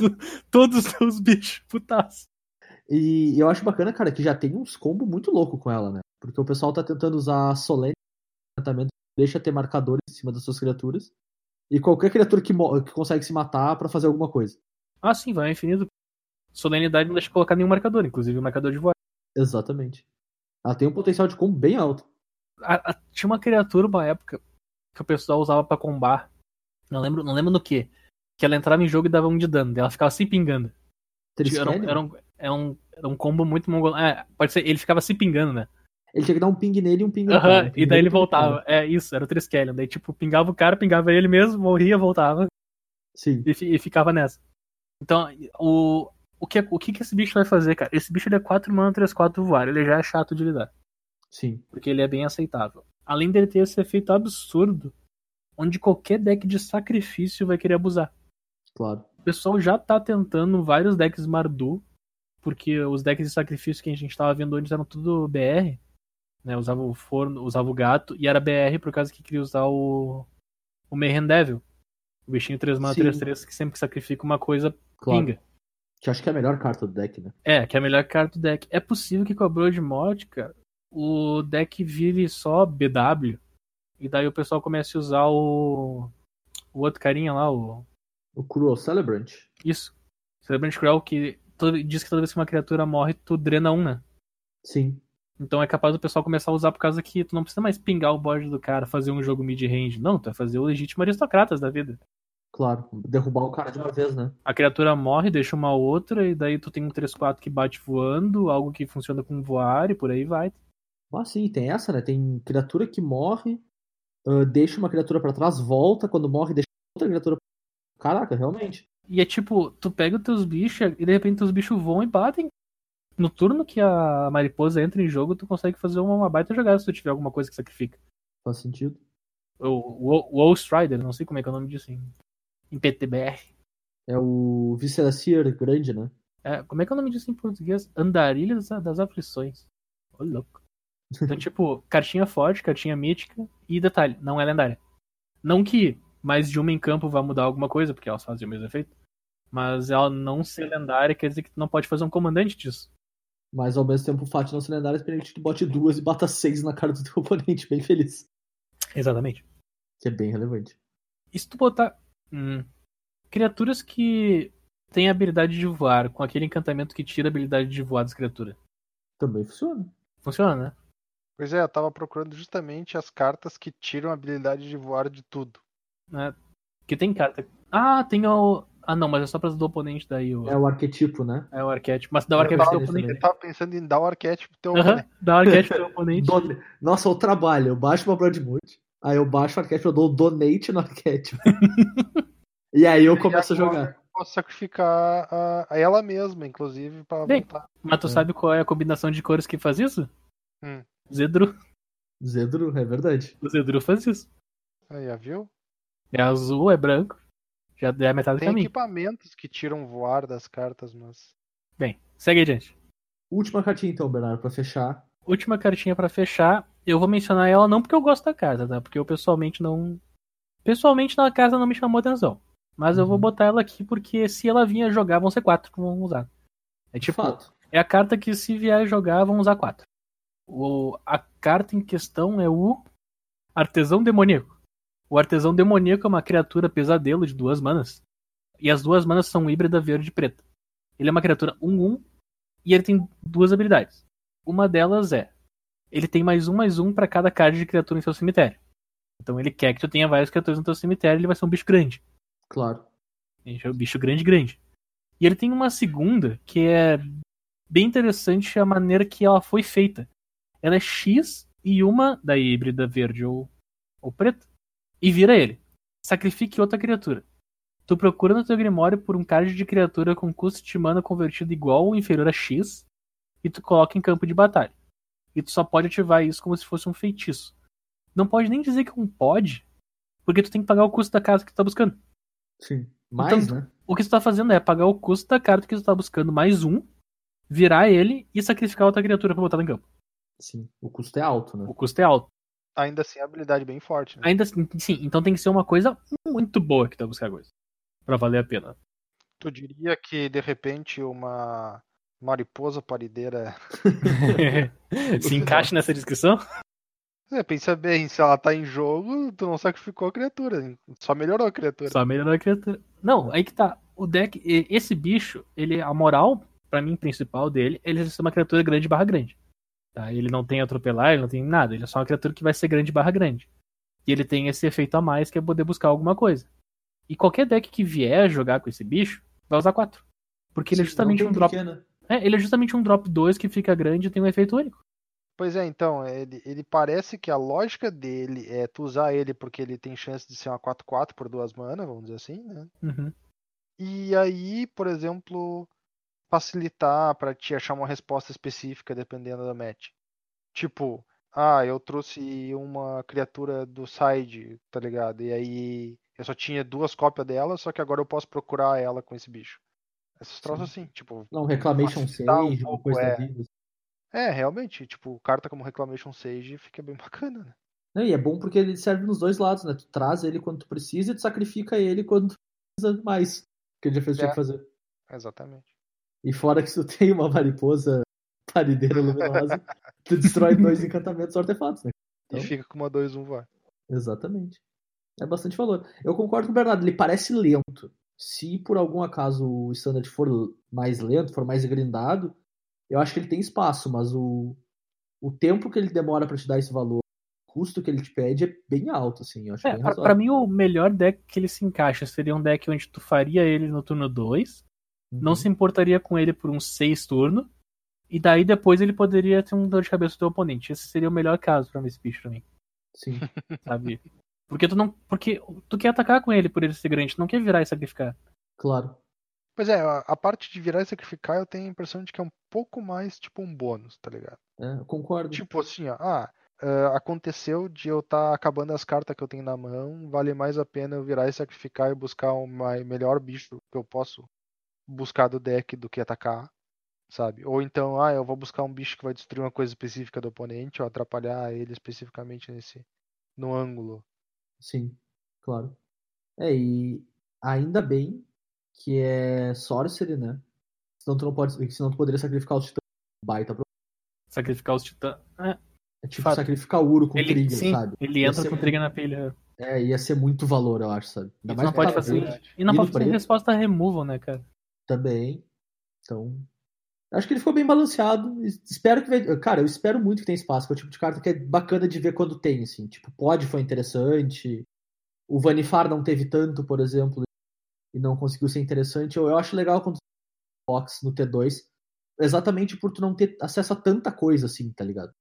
C: todos os teus bichos, putaço.
B: E eu acho bacana, cara, que já tem uns combo muito louco com ela, né? Porque o pessoal tá tentando usar a Solene no tratamento, deixa ter marcador em cima das suas criaturas. E qualquer criatura que, mo- que consegue se matar pra fazer alguma coisa.
C: Ah, sim, vai ao infinito. Solenidade não deixa colocar nenhum marcador, inclusive o marcador de voar.
B: Exatamente. Ela tem um potencial de combo bem alto.
C: A- a- tinha uma criatura uma época que o pessoal usava pra combar. Não lembro, não lembro no que. Que ela entrava em jogo e dava um de dano. daí Ela ficava se pingando. Tipo, Era um,
B: Triskelion,
C: era, um, era, um, era um combo muito mongol. É, pode ser, ele ficava se pingando, né?
B: Ele tinha que dar um ping nele e um ping no
C: Aham,
B: cara, um ping
C: e daí
B: nele
C: ele
B: e um ping no cara.
C: voltava. É isso, era o Triskelion. Daí, tipo, pingava o cara, pingava ele mesmo, morria, voltava
B: Sim.
C: e, fi- e ficava nessa. Então, o, o, que, o que que esse bicho vai fazer, cara? Esse bicho ele é 4 mana, 3, 4 voar. Ele já é chato de lidar,
B: Sim.
C: porque ele é bem aceitável. Além dele ter esse efeito absurdo, onde qualquer deck de sacrifício vai querer abusar.
B: Claro.
C: O pessoal já tá tentando vários decks Mardu, porque os decks de sacrifício que a gente tava vendo antes eram tudo BR, né? Usava o forno, usava o gato, e era BR por causa que queria usar o, o Mayhem Devil. O bichinho 3 mana
B: Sim.
C: 3 3 que sempre que sacrifica uma coisa,
B: Claro.
C: pinga.
B: Que eu acho que é a melhor carta do deck, né?
C: É, que é a melhor carta do deck. É possível que com a Blood Mod, cara, o deck vire só BW, e daí o pessoal comece a usar o, o outro carinha lá, o
B: O Cruel Celebrant.
C: Isso. Celebrant Crawl que todo- diz que toda vez que uma criatura morre, tu drena um, né?
B: Sim.
C: Então é capaz do pessoal começar a usar por causa que tu não precisa mais pingar o board do cara, fazer um jogo mid-range. Não, tu vai fazer o legítimo aristocratas da vida.
B: Claro. Derrubar o cara de uma vez, né?
C: A criatura morre, deixa uma outra, e daí tu tem um 3-4 que bate voando, algo que funciona com voar e por aí vai.
B: Ah, sim, tem essa, né? Tem criatura que morre, ah, deixa uma criatura pra trás, volta, quando morre, deixa outra criatura pra Caraca, realmente.
C: E é tipo, tu pega os teus bichos e de repente teus bichos voam e batem. no turno que a mariposa entra em jogo, tu consegue fazer uma, uma baita jogada se tu tiver alguma coisa que sacrifica.
B: Faz sentido.
C: O Wall Strider, não sei como é que é o nome disso em, em PTBR.
B: É o Viscera Seer grande, né?
C: É, como é que é o nome disso em português? Andarilha das, das Aflições. Ô, louco. Então, tipo, cartinha forte, cartinha mítica. E detalhe, não é lendária. Não que mais de uma em campo vá mudar alguma coisa, porque elas fazem o mesmo efeito. Mas ela não ser lendária quer dizer que tu não pode fazer um comandante disso.
B: Mas ao mesmo tempo o fato de não ser lendário permite que tu bote duas e bata seis na cara do teu oponente, bem feliz.
C: Exatamente.
B: Que é bem relevante.
C: E se tu botar. hum, criaturas que têm habilidade de voar, com aquele encantamento que tira a habilidade de voar das criaturas.
B: Também funciona.
C: Funciona, né?
D: Pois é, eu tava procurando justamente as cartas que tiram a habilidade de voar de tudo.
C: né? Que tem carta. Ah, tem o. Ah não, mas é só pra do oponente daí o.
B: É o arquetipo, né?
C: É o arquétipo. Mas dá o
B: Eu
C: arquétipo
B: tava-
C: do oponente.
D: Eu tava pensando em dar É o arquétipo pro teu
C: Aham,
D: oponente.
C: dá o arquétipo é do oponente.
B: Don- Nossa, o trabalho. Eu baixo uma Broadmoot, aí eu baixo o arquétipo, eu dou um donate no arquétipo. e aí eu começo a jogar.
D: Eu posso sacrificar a, a ela mesma, inclusive, pra
C: Bem,
D: voltar.
C: Mas tu
B: É.
C: sabe qual é a combinação de cores que faz isso?
D: Hum.
C: Zedru.
B: Zedro, é verdade.
C: O Zedru faz isso.
D: Aí, ó, viu?
C: É azul, é branco. Já é a metade do
D: Tem
C: caminho.
D: equipamentos que tiram voar das cartas, mas.
C: Bem, segue adiante.
B: Última cartinha então, Bernardo, pra fechar.
C: Última cartinha pra fechar. Eu vou mencionar ela não porque eu gosto da carta, tá? Porque eu pessoalmente não. Pessoalmente na carta não me chamou atenção. Mas eu vou
B: Uhum.
C: botar ela aqui porque se ela vinha jogar, vão ser quatro que vão usar. É
B: De
C: tipo.
B: fato.
C: É a carta que se vier jogar, vão usar quatro. O, a carta em questão é o Artesão Demoníaco. O Artesão Demoníaco é uma criatura pesadelo de duas manas. E as duas manas são híbrida verde e preta. Ele é uma criatura 1-1 e ele tem duas habilidades. Uma delas é: ele tem mais um mais um pra cada card de criatura em seu cemitério. Então ele quer que tu tenha várias criaturas no teu cemitério, ele vai ser um bicho grande.
B: Claro.
C: Ele é um bicho grande, grande. E ele tem uma segunda que é bem interessante é a maneira que ela foi feita. Ela é X e uma da híbrida verde ou, ou preta. E vira ele. Sacrifique outra criatura. Tu procura no teu grimório por um card de criatura com custo de mana convertido igual ou inferior a X e tu coloca em campo de batalha. E tu só pode ativar isso como se fosse um feitiço. Não pode nem dizer que é um pode, porque tu tem que pagar o custo da casa que tu tá buscando.
B: Sim. Mais,
C: Então-
B: né?
C: O que você tá fazendo é pagar o custo da carta que você tá buscando mais um, virar ele e sacrificar outra criatura pra botar no campo.
B: Sim. O custo é alto, né?
C: O custo é alto.
D: Ainda assim, é uma habilidade bem forte. Né?
C: Ainda assim, sim, então tem que ser uma coisa muito boa que tu vai buscar coisa. Pra valer a pena.
D: Tu diria que, de repente, uma mariposa parideira.
C: Se encaixa nessa descrição?
D: É, pensa bem, se ela tá em jogo, tu não sacrificou a criatura, hein? só melhorou a criatura.
C: Só melhorar a criatura. Não, aí que tá. O deck, e- esse bicho, ele, a moral, pra mim, principal dele, ele é ser uma criatura grande barra grande. Tá? Ele não tem atropelar, ele não tem nada. Ele é só uma criatura que vai ser grande barra grande. E ele tem esse efeito a mais que é poder buscar alguma coisa. E qualquer deck que vier jogar com esse bicho, vai usar 4. Porque ele é
B: Sim,
C: justamente
B: não
C: um
B: tem
C: drop.
B: porquê, né?
C: É, ele é justamente um drop 2 que fica grande e tem um efeito único.
D: Pois é, então, ele, ele parece que a lógica dele é tu usar ele porque ele tem chance de ser uma 4-4 por duas manas, vamos dizer assim, né?
C: Uhum.
D: E aí, por exemplo, facilitar pra te achar uma resposta específica dependendo da match. Tipo, ah, eu trouxe uma criatura do side, tá ligado? E aí eu só tinha duas cópias dela, só que agora eu posso procurar ela com esse bicho. Esses troços assim, tipo,
B: Não, Reclamation
D: Facilitar um
B: Sage, uma
D: pouco,
B: coisa
D: é.
B: da vida.
D: É, realmente, tipo, carta como Reclamation Sage fica bem bacana, né?
B: Não, e é bom porque ele serve nos dois lados, né? Tu traz ele quando tu precisa e tu sacrifica ele quando tu precisa mais. Que ele já fez o que tinha
D: É.
B: que fazer.
D: Exatamente.
B: E fora que se tu tem uma mariposa parideira luminosa, tu destrói dois encantamentos artefatos, né? Então-
D: E fica com uma 2-1 vai.
B: Exatamente. É bastante valor. Eu concordo com o Bernardo, ele parece lento. Se por algum acaso o standard for mais lento, for mais grindado, eu acho que ele tem espaço, mas o, o tempo que ele demora pra te dar esse valor, o custo que ele te pede é bem alto, assim. Eu acho
C: É,
B: bem
C: pra,
B: razoável.
C: pra mim, o melhor deck que ele se encaixa seria um deck onde tu faria ele no turno 2. não
B: Uhum.
C: se importaria com ele por uns seis turnos. E daí depois ele poderia ter um dor de cabeça do teu oponente. Esse seria o melhor caso pra esse bicho pra mim,
B: Sim.
C: sabe? Porque tu não. Porque tu quer atacar com ele por ele ser grande, tu não quer virar e sacrificar.
B: Claro.
D: Pois é, a, a parte de virar e sacrificar eu tenho a impressão de que é um pouco mais tipo um bônus, tá ligado?
B: É, eu concordo.
D: Tipo assim, ó, ah, ah, aconteceu de eu estar acabando as cartas que eu tenho na mão, vale mais a pena eu virar e sacrificar e buscar o mai- melhor bicho que eu posso buscar do deck do que atacar, sabe? Ou então, ah, eu vou buscar um bicho que vai destruir uma coisa específica do oponente ou atrapalhar ele especificamente nesse no ângulo.
B: Sim, claro. É, e ainda bem que é sorcery, né? Senão tu não pode, senão tu poderia sacrificar os titãs. Baita pro...
C: Sacrificar os titãs. É,
B: É tipo
C: Fato.
B: sacrificar ouro com
C: ele,
B: trigger,
C: sim,
B: sabe?
C: ele
B: Ia
C: entra
B: ser
C: com trigger na pilha.
B: É, ia ser muito valor, eu acho, sabe? Ainda
C: Isso
B: mais tá
C: não pode
B: pra
C: fazer.
B: verde
C: E não
B: E
C: pode
B: no
C: fazer
B: preto?
C: resposta removal, né, cara?
B: Também. Então. Acho que ele ficou bem balanceado. Espero que. vai- Cara, eu espero muito que tenha espaço, que é o tipo de carta que é bacana de ver quando tem, assim. Tipo, pode foi interessante. O Vanifar não teve tanto, por exemplo, e não conseguiu ser interessante. Eu, eu acho legal quando box no T2, exatamente por tu não ter acesso a tanta coisa, assim, tá ligado?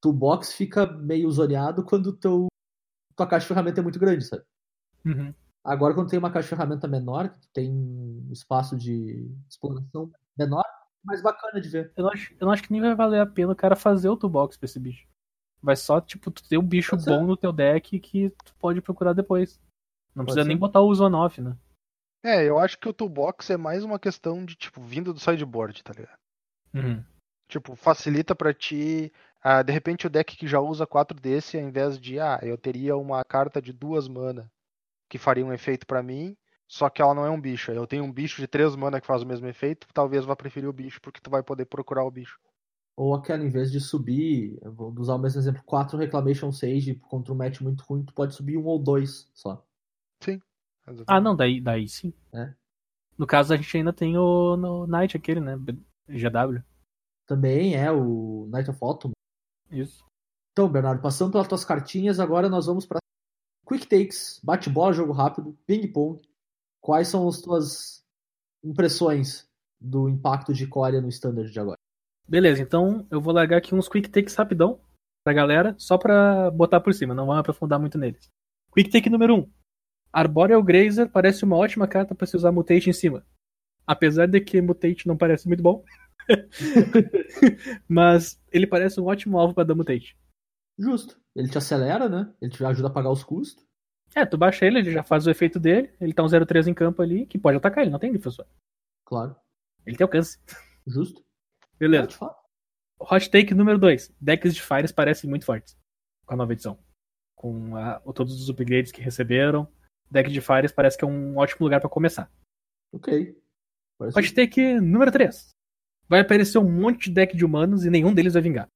B: Tu box fica meio zoneado quando teu, tua caixa de ferramenta é muito grande, sabe?
C: Uhum.
B: Agora, quando tem uma caixa de ferramenta menor, que tem um espaço de exploração menor, é mais bacana de ver.
C: Eu, não acho, eu não acho que nem vai valer a pena o cara fazer o toolbox pra esse bicho. Vai só, tipo, tu ter um bicho
B: Pode ser.
C: bom no teu deck que tu pode procurar depois. Não
B: Pode
C: precisa
B: ser.
C: nem botar o on-off, né?
D: É, eu acho que o toolbox é mais uma questão de tipo vindo do sideboard, tá ligado?
C: Uhum.
D: Tipo, facilita pra ti. ah, de repente o deck que já usa 4 desse, ao invés de, ah, eu teria uma carta de duas mana que faria um efeito pra mim, só que ela não é um bicho. Eu tenho um bicho de 3 mana que faz o mesmo efeito, talvez vá preferir o bicho, porque tu vai poder procurar o bicho.
B: Ou aquela, em vez de subir, eu vou usar o mesmo exemplo, quatro Reclamation Sage contra um match muito ruim, tu pode subir um ou dois só.
C: Ah, não, daí, daí sim.
B: É.
C: No caso, a gente ainda tem o no Knight aquele, né? B- GW.
B: Também é o Night of Autumn.
C: Isso.
B: Então, Bernardo, passando pelas tuas cartinhas, agora nós vamos para Quick Takes, bate-bola, jogo rápido, ping-pong. Quais são as tuas impressões do impacto de Coreia no standard de agora?
C: Beleza, então eu vou largar aqui uns quick takes rapidão pra galera, só pra botar por cima, não vamos aprofundar muito neles. Quick take número 1. Um. Arboreal Grazer parece uma ótima carta pra se usar Mutate em cima. Apesar de que Mutate não parece muito bom. mas ele parece um ótimo alvo pra dar Mutate.
B: Justo. Ele te acelera, né? Ele te ajuda a pagar os custos.
C: É, tu baixa ele, ele já faz o efeito dele, ele tá um 0-3 em campo ali, que pode atacar, ele não tem defensor.
B: Claro.
C: Ele tem alcance.
B: Justo.
C: Beleza.
B: Pode falar.
C: Hot take número 2. Decks de Fires parecem muito fortes com a nova edição. Com a- o- todos os upgrades que receberam. Deck de Fires parece que é um ótimo lugar pra começar.
B: Ok. Parece
C: Hot take número 3. Vai aparecer um monte de deck de humanos e nenhum deles vai vingar.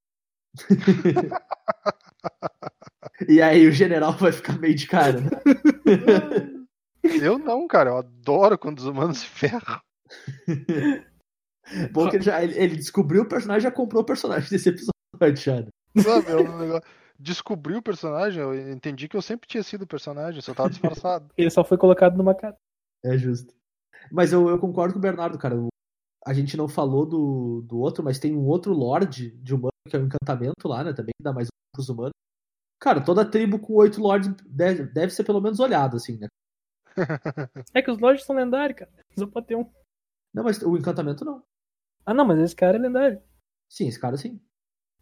B: E aí o general vai ficar meio de cara. né?
D: Eu não, cara, eu adoro quando os humanos se ferram.
B: Bom que ele, já, ele, ele descobriu o personagem, já comprou o personagem desse episódio, já. né?
D: Sabe? É um negócio- Descobri o personagem, eu entendi que eu sempre tinha sido o personagem, só tava disfarçado.
C: Ele só foi colocado numa cara.
B: É justo. Mas eu, eu concordo com o Bernardo, cara. O- A gente não falou do, do outro, mas tem um outro Lorde de humano, que é o encantamento lá, né? Também que dá mais um pros humanos. Cara, toda tribo com oito lords deve, deve ser pelo menos olhada, assim, né?
C: É que os lords são lendários, cara. Só pode ter um.
B: Não, mas o encantamento não.
C: Ah, não, mas esse cara é lendário.
B: Sim, esse cara sim.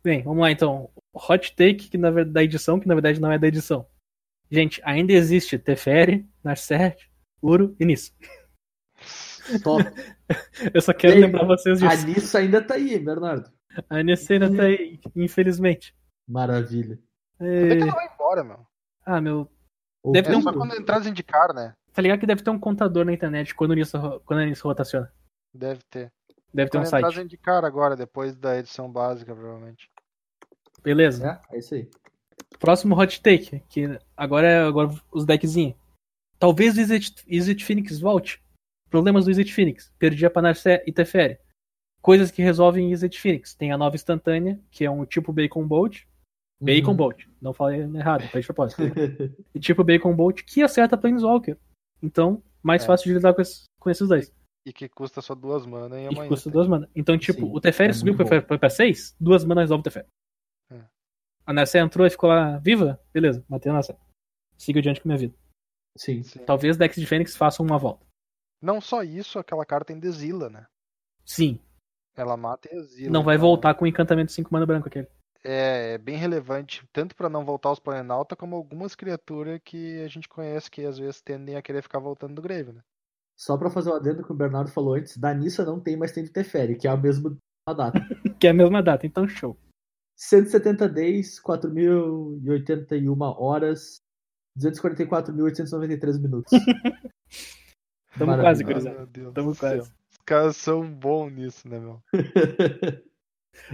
C: Bem, vamos lá então. Hot take que na verdade, da edição, que na verdade não é da edição. Gente, ainda existe Teferi, Narset, Uro e Nisso.
B: Top.
C: Eu só quero
B: Ei,
C: lembrar vocês disso.
B: A Nissa ainda tá aí, hein, Bernardo.
C: A Nessena tá aí, infelizmente.
B: Maravilha.
D: Quando é
C: É,
D: que ela vai embora, meu?
C: Ah, meu.
B: Outubro.
C: Deve
D: É
C: ter um-
D: só quando entrar indicar, né?
C: Tá ligado que deve ter um contador na internet quando isso, ro- quando isso rotaciona.
D: Deve ter.
C: Deve ter um
D: Quando entrar
C: site.
D: indicar agora, depois da edição básica, provavelmente.
C: Beleza.
B: É, é isso aí.
C: Próximo hot take, que agora é agora os deckzinhos. Talvez o Exit, Exit Phoenix volte. Problemas do Exit Phoenix. Perdi a Panarcé e Teferi. Coisas que resolvem em Exit Phoenix. Tem a nova instantânea, que é um tipo Bacon Bolt. Bacon
B: Uhum.
C: Bolt. Não falei errado, foi de propósito. e tipo Bacon Bolt que acerta Planeswalker. Então, mais
D: É.
C: fácil de lidar com, esses- com esses dois.
D: E que custa só duas mana e
C: E
D: uma
C: que custa duas manas. Então, tipo,
B: Sim,
C: o Teferi
B: é
C: subiu
B: muito
C: pra- pra 6, duas manas resolve o Teferi.
D: É.
C: A Narcé entrou e ficou lá viva? Beleza, matei a Narcé. Sigo adiante com minha vida.
B: Sim.
D: Sim.
C: Talvez Dex de Fênix façam uma volta.
D: Não só isso, aquela carta ainda exila, né?
C: Sim.
D: Ela mata e exila.
C: Não vai
D: então
C: voltar com o encantamento 5 mana branco aquele.
D: É, é bem relevante, tanto pra não voltar aos Planenauta, como algumas criaturas que a gente conhece que às vezes tendem a querer ficar voltando do grave, né?
B: Só pra fazer o adendo que o Bernardo falou antes, da Nissa não tem, mas tem do Teferi, que é a mesma data.
C: Que é a mesma data, então show.
B: 170 days, 4.081 horas, 244.893 minutos.
C: Tamo
B: Maravilha.
C: quase,
D: Ah,
C: gurizada.
D: meu Deus
C: Tamo
D: do céu.
C: quase.
D: Os caras são bons nisso, né, meu?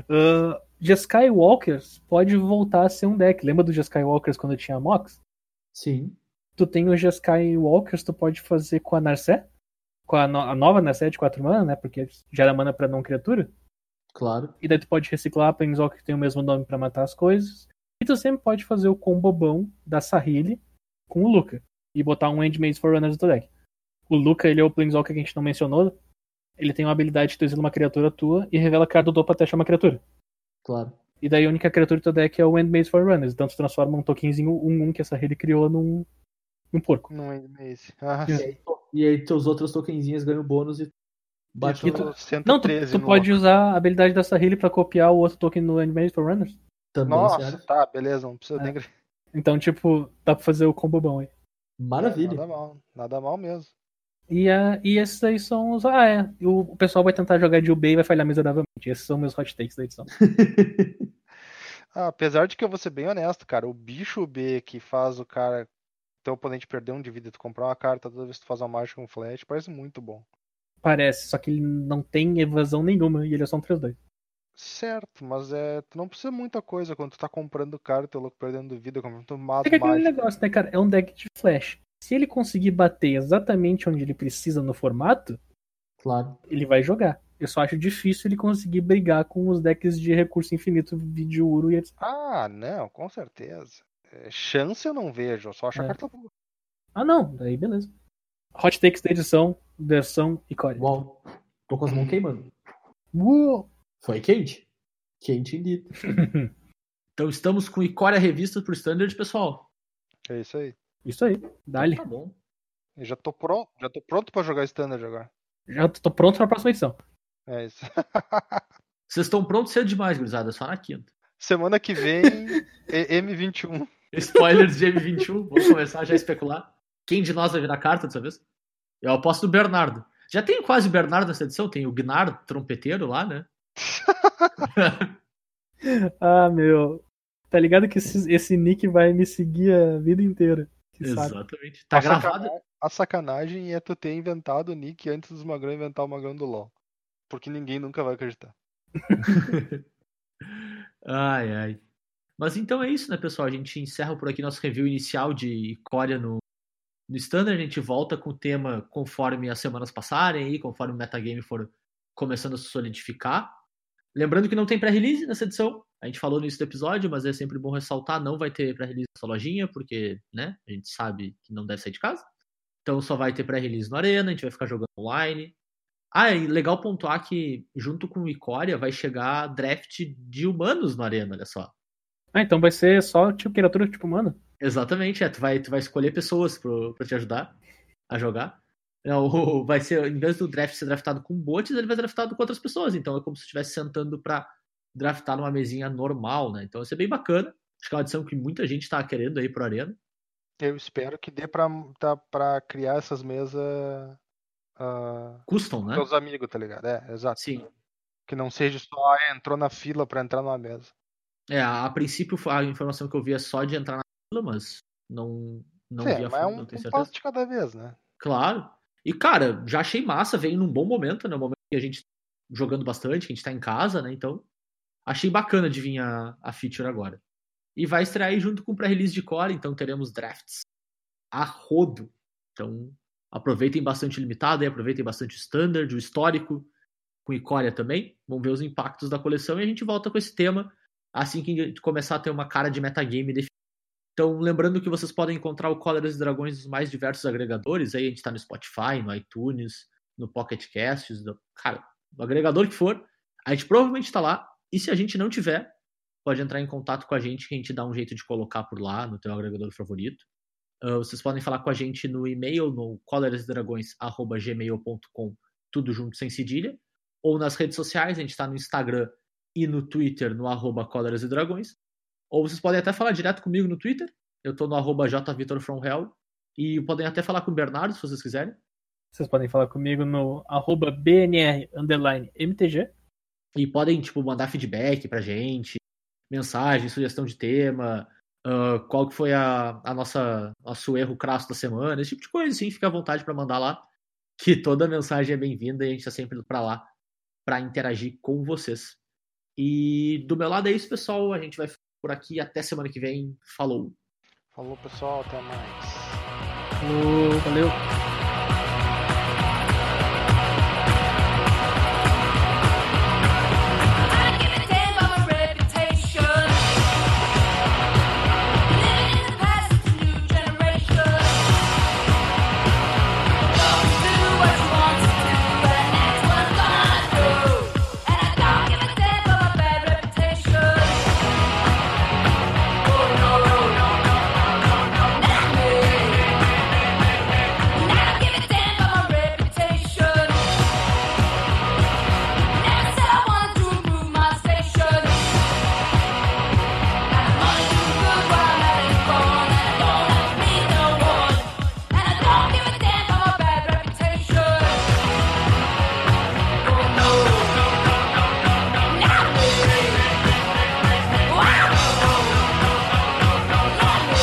C: Uh, Jeskai Walkers pode voltar a ser um deck. Lembra do Jeskai Walkers quando tinha a Mox?
B: Sim.
C: Tu tem o Jeskai Walkers, tu pode fazer com a Narset. Com a, no- a nova Narset de 4 mana, né? Porque gera mana pra não criatura.
B: Claro.
C: E daí tu pode reciclar a Planeswalker que tem o mesmo nome pra matar as coisas. E tu sempre pode fazer o combobão da Sahili com o Luca. E botar um Endmates for Runners do deck. O Luca, ele é o Planeswalker que a gente não mencionou. Ele tem uma habilidade que tu exila uma criatura tua e revela a carta do topo até achar uma criatura.
B: Claro.
C: E daí a única criatura do teu deck é o Endmates for Runners. Então tu transforma um tokenzinho 1-1 que essa rede criou num, num porco.
D: Não é esse. Ah,
C: Isso.
B: E aí teus outros tokenzinhas ganham bônus e bate
D: eu
C: tu-
D: tô
B: no-
D: 113
C: Não, Então tu, tu
D: no
C: pode usar a habilidade dessa Sahili pra copiar o outro token do Endmates for Runners.
B: também,
D: Nossa,
B: serve.
D: tá, beleza, não precisa
C: É.
D: nem
C: Então, tipo, dá pra fazer o combo bom aí.
B: Maravilha.
D: Nada mal, nada mal mesmo.
C: E, a, e esses aí são os. Ah, é. E O, o pessoal vai tentar jogar de UB e vai falhar miseravelmente. Esses são meus hot takes da edição.
D: Ah, apesar de que eu vou ser bem honesto, cara, o bicho B que faz o cara, teu oponente perder um de vida e tu comprar uma carta toda vez que tu faz uma mágica com um flash, parece muito bom.
C: Parece, só que ele não tem evasão nenhuma e ele é só um 3-2.
D: Certo, mas é, tu não precisa muita coisa quando tu tá comprando carta, teu louco perdendo vida, comprando
C: É
D: mato
C: que aquele
D: mágico.
C: negócio, né, cara? É um deck de flash. Se ele conseguir bater exatamente onde ele precisa no formato,
B: Claro.
C: ele vai jogar. Eu só acho difícil ele conseguir brigar com os decks de recurso infinito, vídeo ouro e etc.
D: Ah, não, com certeza. É, chance eu não vejo, eu só acho a
C: É.
D: carta boa.
C: Ah, não. Daí beleza. Hot takes da edição, versão e core. Uh!
B: Uau. Tô com as mãos queimando.
C: Uou!
B: Foi quente. Quente indeed. então estamos com Icória Revista pro Standard, pessoal.
D: É isso aí.
C: Isso aí. Dali.
B: Tá bom.
D: Eu já tô pronto, já tô pronto pra jogar standard agora.
C: Já tô pronto pra próxima edição.
D: É isso.
B: Vocês estão prontos cedo demais, gurizada. É Só na quinta.
D: Semana que vem, E- M21.
B: Spoilers de M21, vamos começar já a especular. Quem de nós vai virar carta dessa vez? Eu aposto no Bernardo. Já tem quase o Bernardo nessa edição, tem o Gnardo, trompeteiro lá, né?
C: Ah, meu. Tá ligado que esse, esse nick vai me seguir a vida inteira. Que saco.
B: Exatamente. Tá
D: A sacana-
B: gravado.
D: A sacanagem é tu ter inventado o Nick antes dos magrão inventar o magrão do LoL. Porque ninguém nunca vai acreditar.
B: Ai, ai. Mas então é isso, né, pessoal? A gente encerra por aqui nosso review inicial de Coreia no, no Standard. A gente volta com o tema conforme as semanas passarem aí, conforme o metagame for começando a se solidificar. Lembrando que não tem pré-release nessa edição. A gente falou no início do episódio, mas é sempre bom ressaltar, não vai ter pré-release nessa lojinha, porque, né, a gente sabe que não deve sair de casa. Então só vai ter pré-release no Arena, a gente vai ficar jogando online. Ah, e legal pontuar que junto com o Icória vai chegar draft de humanos no Arena, olha só.
C: Ah, então vai ser só tipo criatura tipo humano.
B: Exatamente, é, tu vai, tu vai escolher pessoas pro, pra te ajudar a jogar. Não, o- vai ser, em vez do draft ser draftado com bots, ele vai ser draftado com outras pessoas. Então é como se estivesse sentando pra draftar numa mesinha normal, né? Então vai ser bem bacana. Acho que é uma adição que muita gente tá querendo aí pro Arena.
D: Eu espero que dê pra, tá, pra criar essas mesas ah,
B: Custom,
D: com
B: né?
D: teus amigos, tá ligado? É, exato.
B: Sim.
D: Que não seja só ah, entrou na fila pra entrar numa mesa.
B: É, a, a princípio a informação que eu vi é só de entrar na fila, mas não, não
D: é,
B: vi a
D: mas é
B: fundo,
D: um,
B: não tenho
D: um
B: certeza.
D: passo de cada vez, né?
B: Claro. E, cara, já achei massa, veio num bom momento, né? Um momento que a gente tá jogando bastante, que a gente tá em casa, né? Então, achei bacana de vir a, a feature agora. E vai estrear aí junto com o pré-release de core, então teremos drafts a rodo. Então, aproveitem bastante o limitado, aí, aproveitem bastante o standard, o histórico, com Icória também. Vamos ver os impactos da coleção e a gente volta com esse tema assim que começar a ter uma cara de metagame definida. Então, lembrando que vocês podem encontrar o Cóleras e Dragões nos mais diversos agregadores. Aí a gente está no Spotify, no iTunes, no Pocket Casts, no- cara, no agregador que for. A gente provavelmente está lá. E se a gente não tiver, pode entrar em contato com a gente que a gente dá um jeito de colocar por lá no teu agregador favorito. Uh, vocês podem falar com a gente no e-mail, no colerasdragões.gmail.com, tudo junto sem cedilha. Ou nas redes sociais, a gente está no Instagram e no Twitter, no arroba Cóleras e Dragões. Ou vocês podem até falar direto comigo no Twitter. Eu tô no arroba jvitorfromhell. E podem até falar com o Bernardo, se vocês quiserem.
C: Vocês podem falar comigo no arroba BNR underline MTG.
B: E podem, tipo, mandar feedback pra gente, mensagem, sugestão de tema, uh, qual que foi a, a nossa nosso erro crasso da semana, esse tipo de coisa, assim, fica à vontade para mandar lá, que toda mensagem é bem-vinda e a gente tá sempre indo pra lá pra interagir com vocês. E do meu lado é isso, pessoal. A gente vai ficando por aqui. Até semana que vem. Falou!
D: Falou, pessoal. Até mais.
C: Falou, valeu!
E: I give a damn about my reputation. Living in the past, it's a new generation. Don't do what you want to do and that's what I'm gonna do. And I don't give a damn about my bad reputation. Oh no no no no no no not me. And I don't give a damn about my reputation. Never said I wanted to improve my station. I wanna do good while I'm having fun, and I don't have to be the one. And I don't give a damn about my bad reputation. Oh no, no, no, no, no, no, not me. Wow, no, no, no, no, no, not me.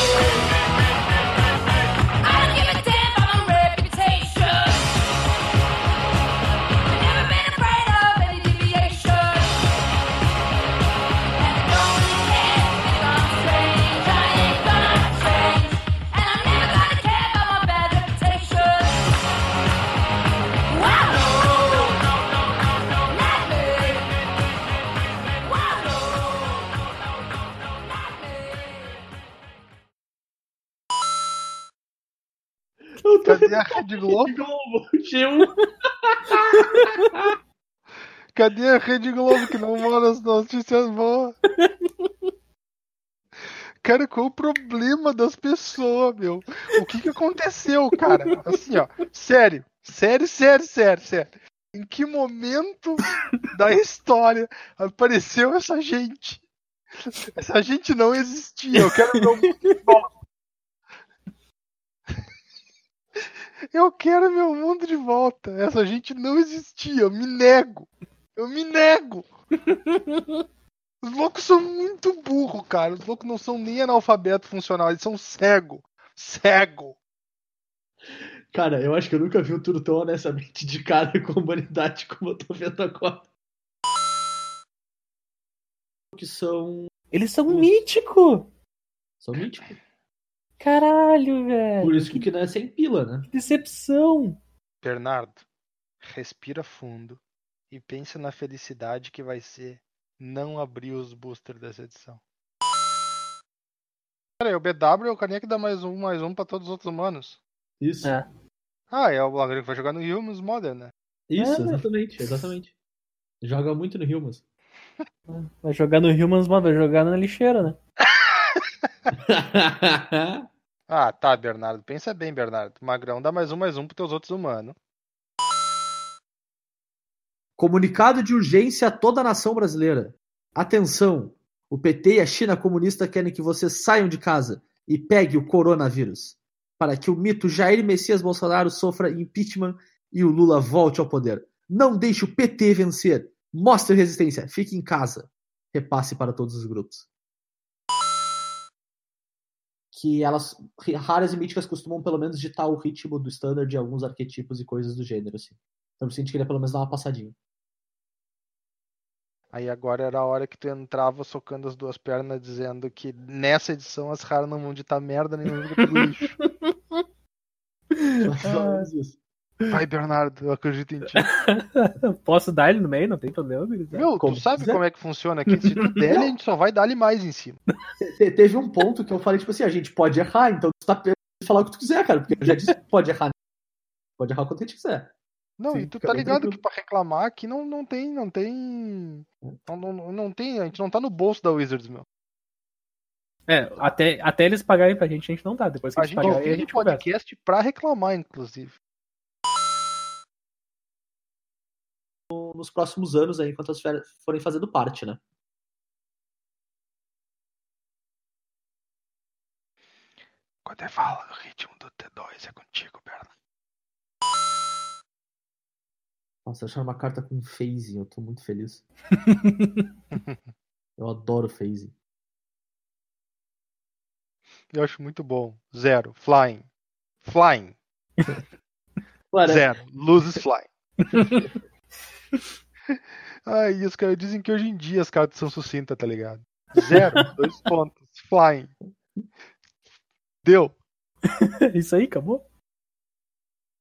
E: I don't give a damn about my reputation. Never been afraid of any deviation. And I don't really care if I'm strange. I ain't gonna change, and I'm never gonna care about my bad reputation. Wow, no, no, no, no, no, no, not me. Wow, no, no, no, no, no, not me.
D: Cadê a Rede Globo? Cadê a Rede Globo que não manda as notícias boas? Cara, qual o problema das pessoas, meu? O que que aconteceu, cara? Assim, ó, sério, sério, sério, sério, sério. Em que momento da história apareceu essa gente? Essa gente não existia. Eu quero ver o futebol. Eu quero meu mundo de volta. Essa gente não existia. Eu me nego. Eu me nego. Os loucos são muito burro, cara. Os loucos não são nem analfabeto funcional. Eles são cego. Cego.
B: Cara, eu acho que eu nunca vi um turno tão honestamente de cara com a humanidade como eu tô vendo agora. Que são.
C: Eles são mítico!
B: São míticos.
C: Caralho, velho!
B: Por isso que o Kinan é sem pila, né?
C: Decepção!
D: Bernardo, respira fundo e pensa na felicidade que vai ser não abrir os boosters dessa edição. Peraí, o BW é o carinha que dá mais um, mais um pra todos os outros humanos.
B: Isso.
C: É.
D: Ah, é o Lagrange que vai jogar no Humans Modern, né?
B: Isso,
C: É, né?
B: exatamente, exatamente. Joga muito no Rio, mas.
C: Vai jogar no Humans, mano, vai jogar na lixeira, né?
D: Ah, tá, Bernardo. Pensa bem, Bernardo. Magrão dá mais um, mais um pros teus outros humanos.
B: Comunicado de urgência a toda a nação brasileira. Atenção! O PT e a China comunista querem que vocês saiam de casa e pegue o coronavírus. Para que o mito Jair Messias Bolsonaro sofra impeachment e o Lula volte ao poder. Não deixe o PT vencer. Mostre resistência. Fique em casa. Repasse para todos os grupos. Que elas, raras e míticas, costumam pelo menos ditar o ritmo do standard de alguns arquetipos e coisas do gênero. Assim. Então eu senti que ele pelo menos dar uma passadinha.
D: Aí agora era a hora que tu entrava socando as duas pernas, dizendo que nessa edição as raras não vão ditar tá merda nenhuma vão pro lixo.
B: Mais ou menos isso.
D: Vai, Bernardo, eu acredito em ti.
C: Posso dar ele no meio? Não tem problema, gurizada.
D: Meu,
B: Como
D: tu sabe
B: quiser.
D: como é que funciona aqui? Se tu der, a gente só vai dar ele mais em cima.
B: Te- Teve um ponto que eu falei, tipo assim, a gente pode errar, então tu tá pe- falar o que tu quiser, cara, porque eu já disse que pode errar. Pode errar o quanto a gente quiser.
D: Não,
B: Sim,
D: e tu
B: fica
D: tá
B: bem
D: ligado
B: tranquilo.
D: que pra reclamar aqui não, não tem, não tem. Não, não, não tem, a gente não tá no bolso da Wizards, meu.
C: É, até, até eles pagarem pra gente, a gente não dá. Depois que
D: A
C: eles
D: gente
C: pagarem, a
D: fez um
C: gente conversa.
D: podcast pra reclamar, inclusive.
B: nos próximos anos aí, enquanto as férias forem fazendo parte, né?
D: Quando eu falo o ritmo do T2 é contigo, Berna.
B: Nossa, acharam uma carta com phasing, eu tô muito feliz. eu adoro phasing.
D: Eu acho muito bom. Zero. Flying. Flying.
B: Claro,
D: Zero. Luzes flying. Ai, e os caras dizem que hoje em dia as cartas são sucintas, tá ligado? Zero. dois pontos. Flying. Deu.
C: Isso aí, acabou?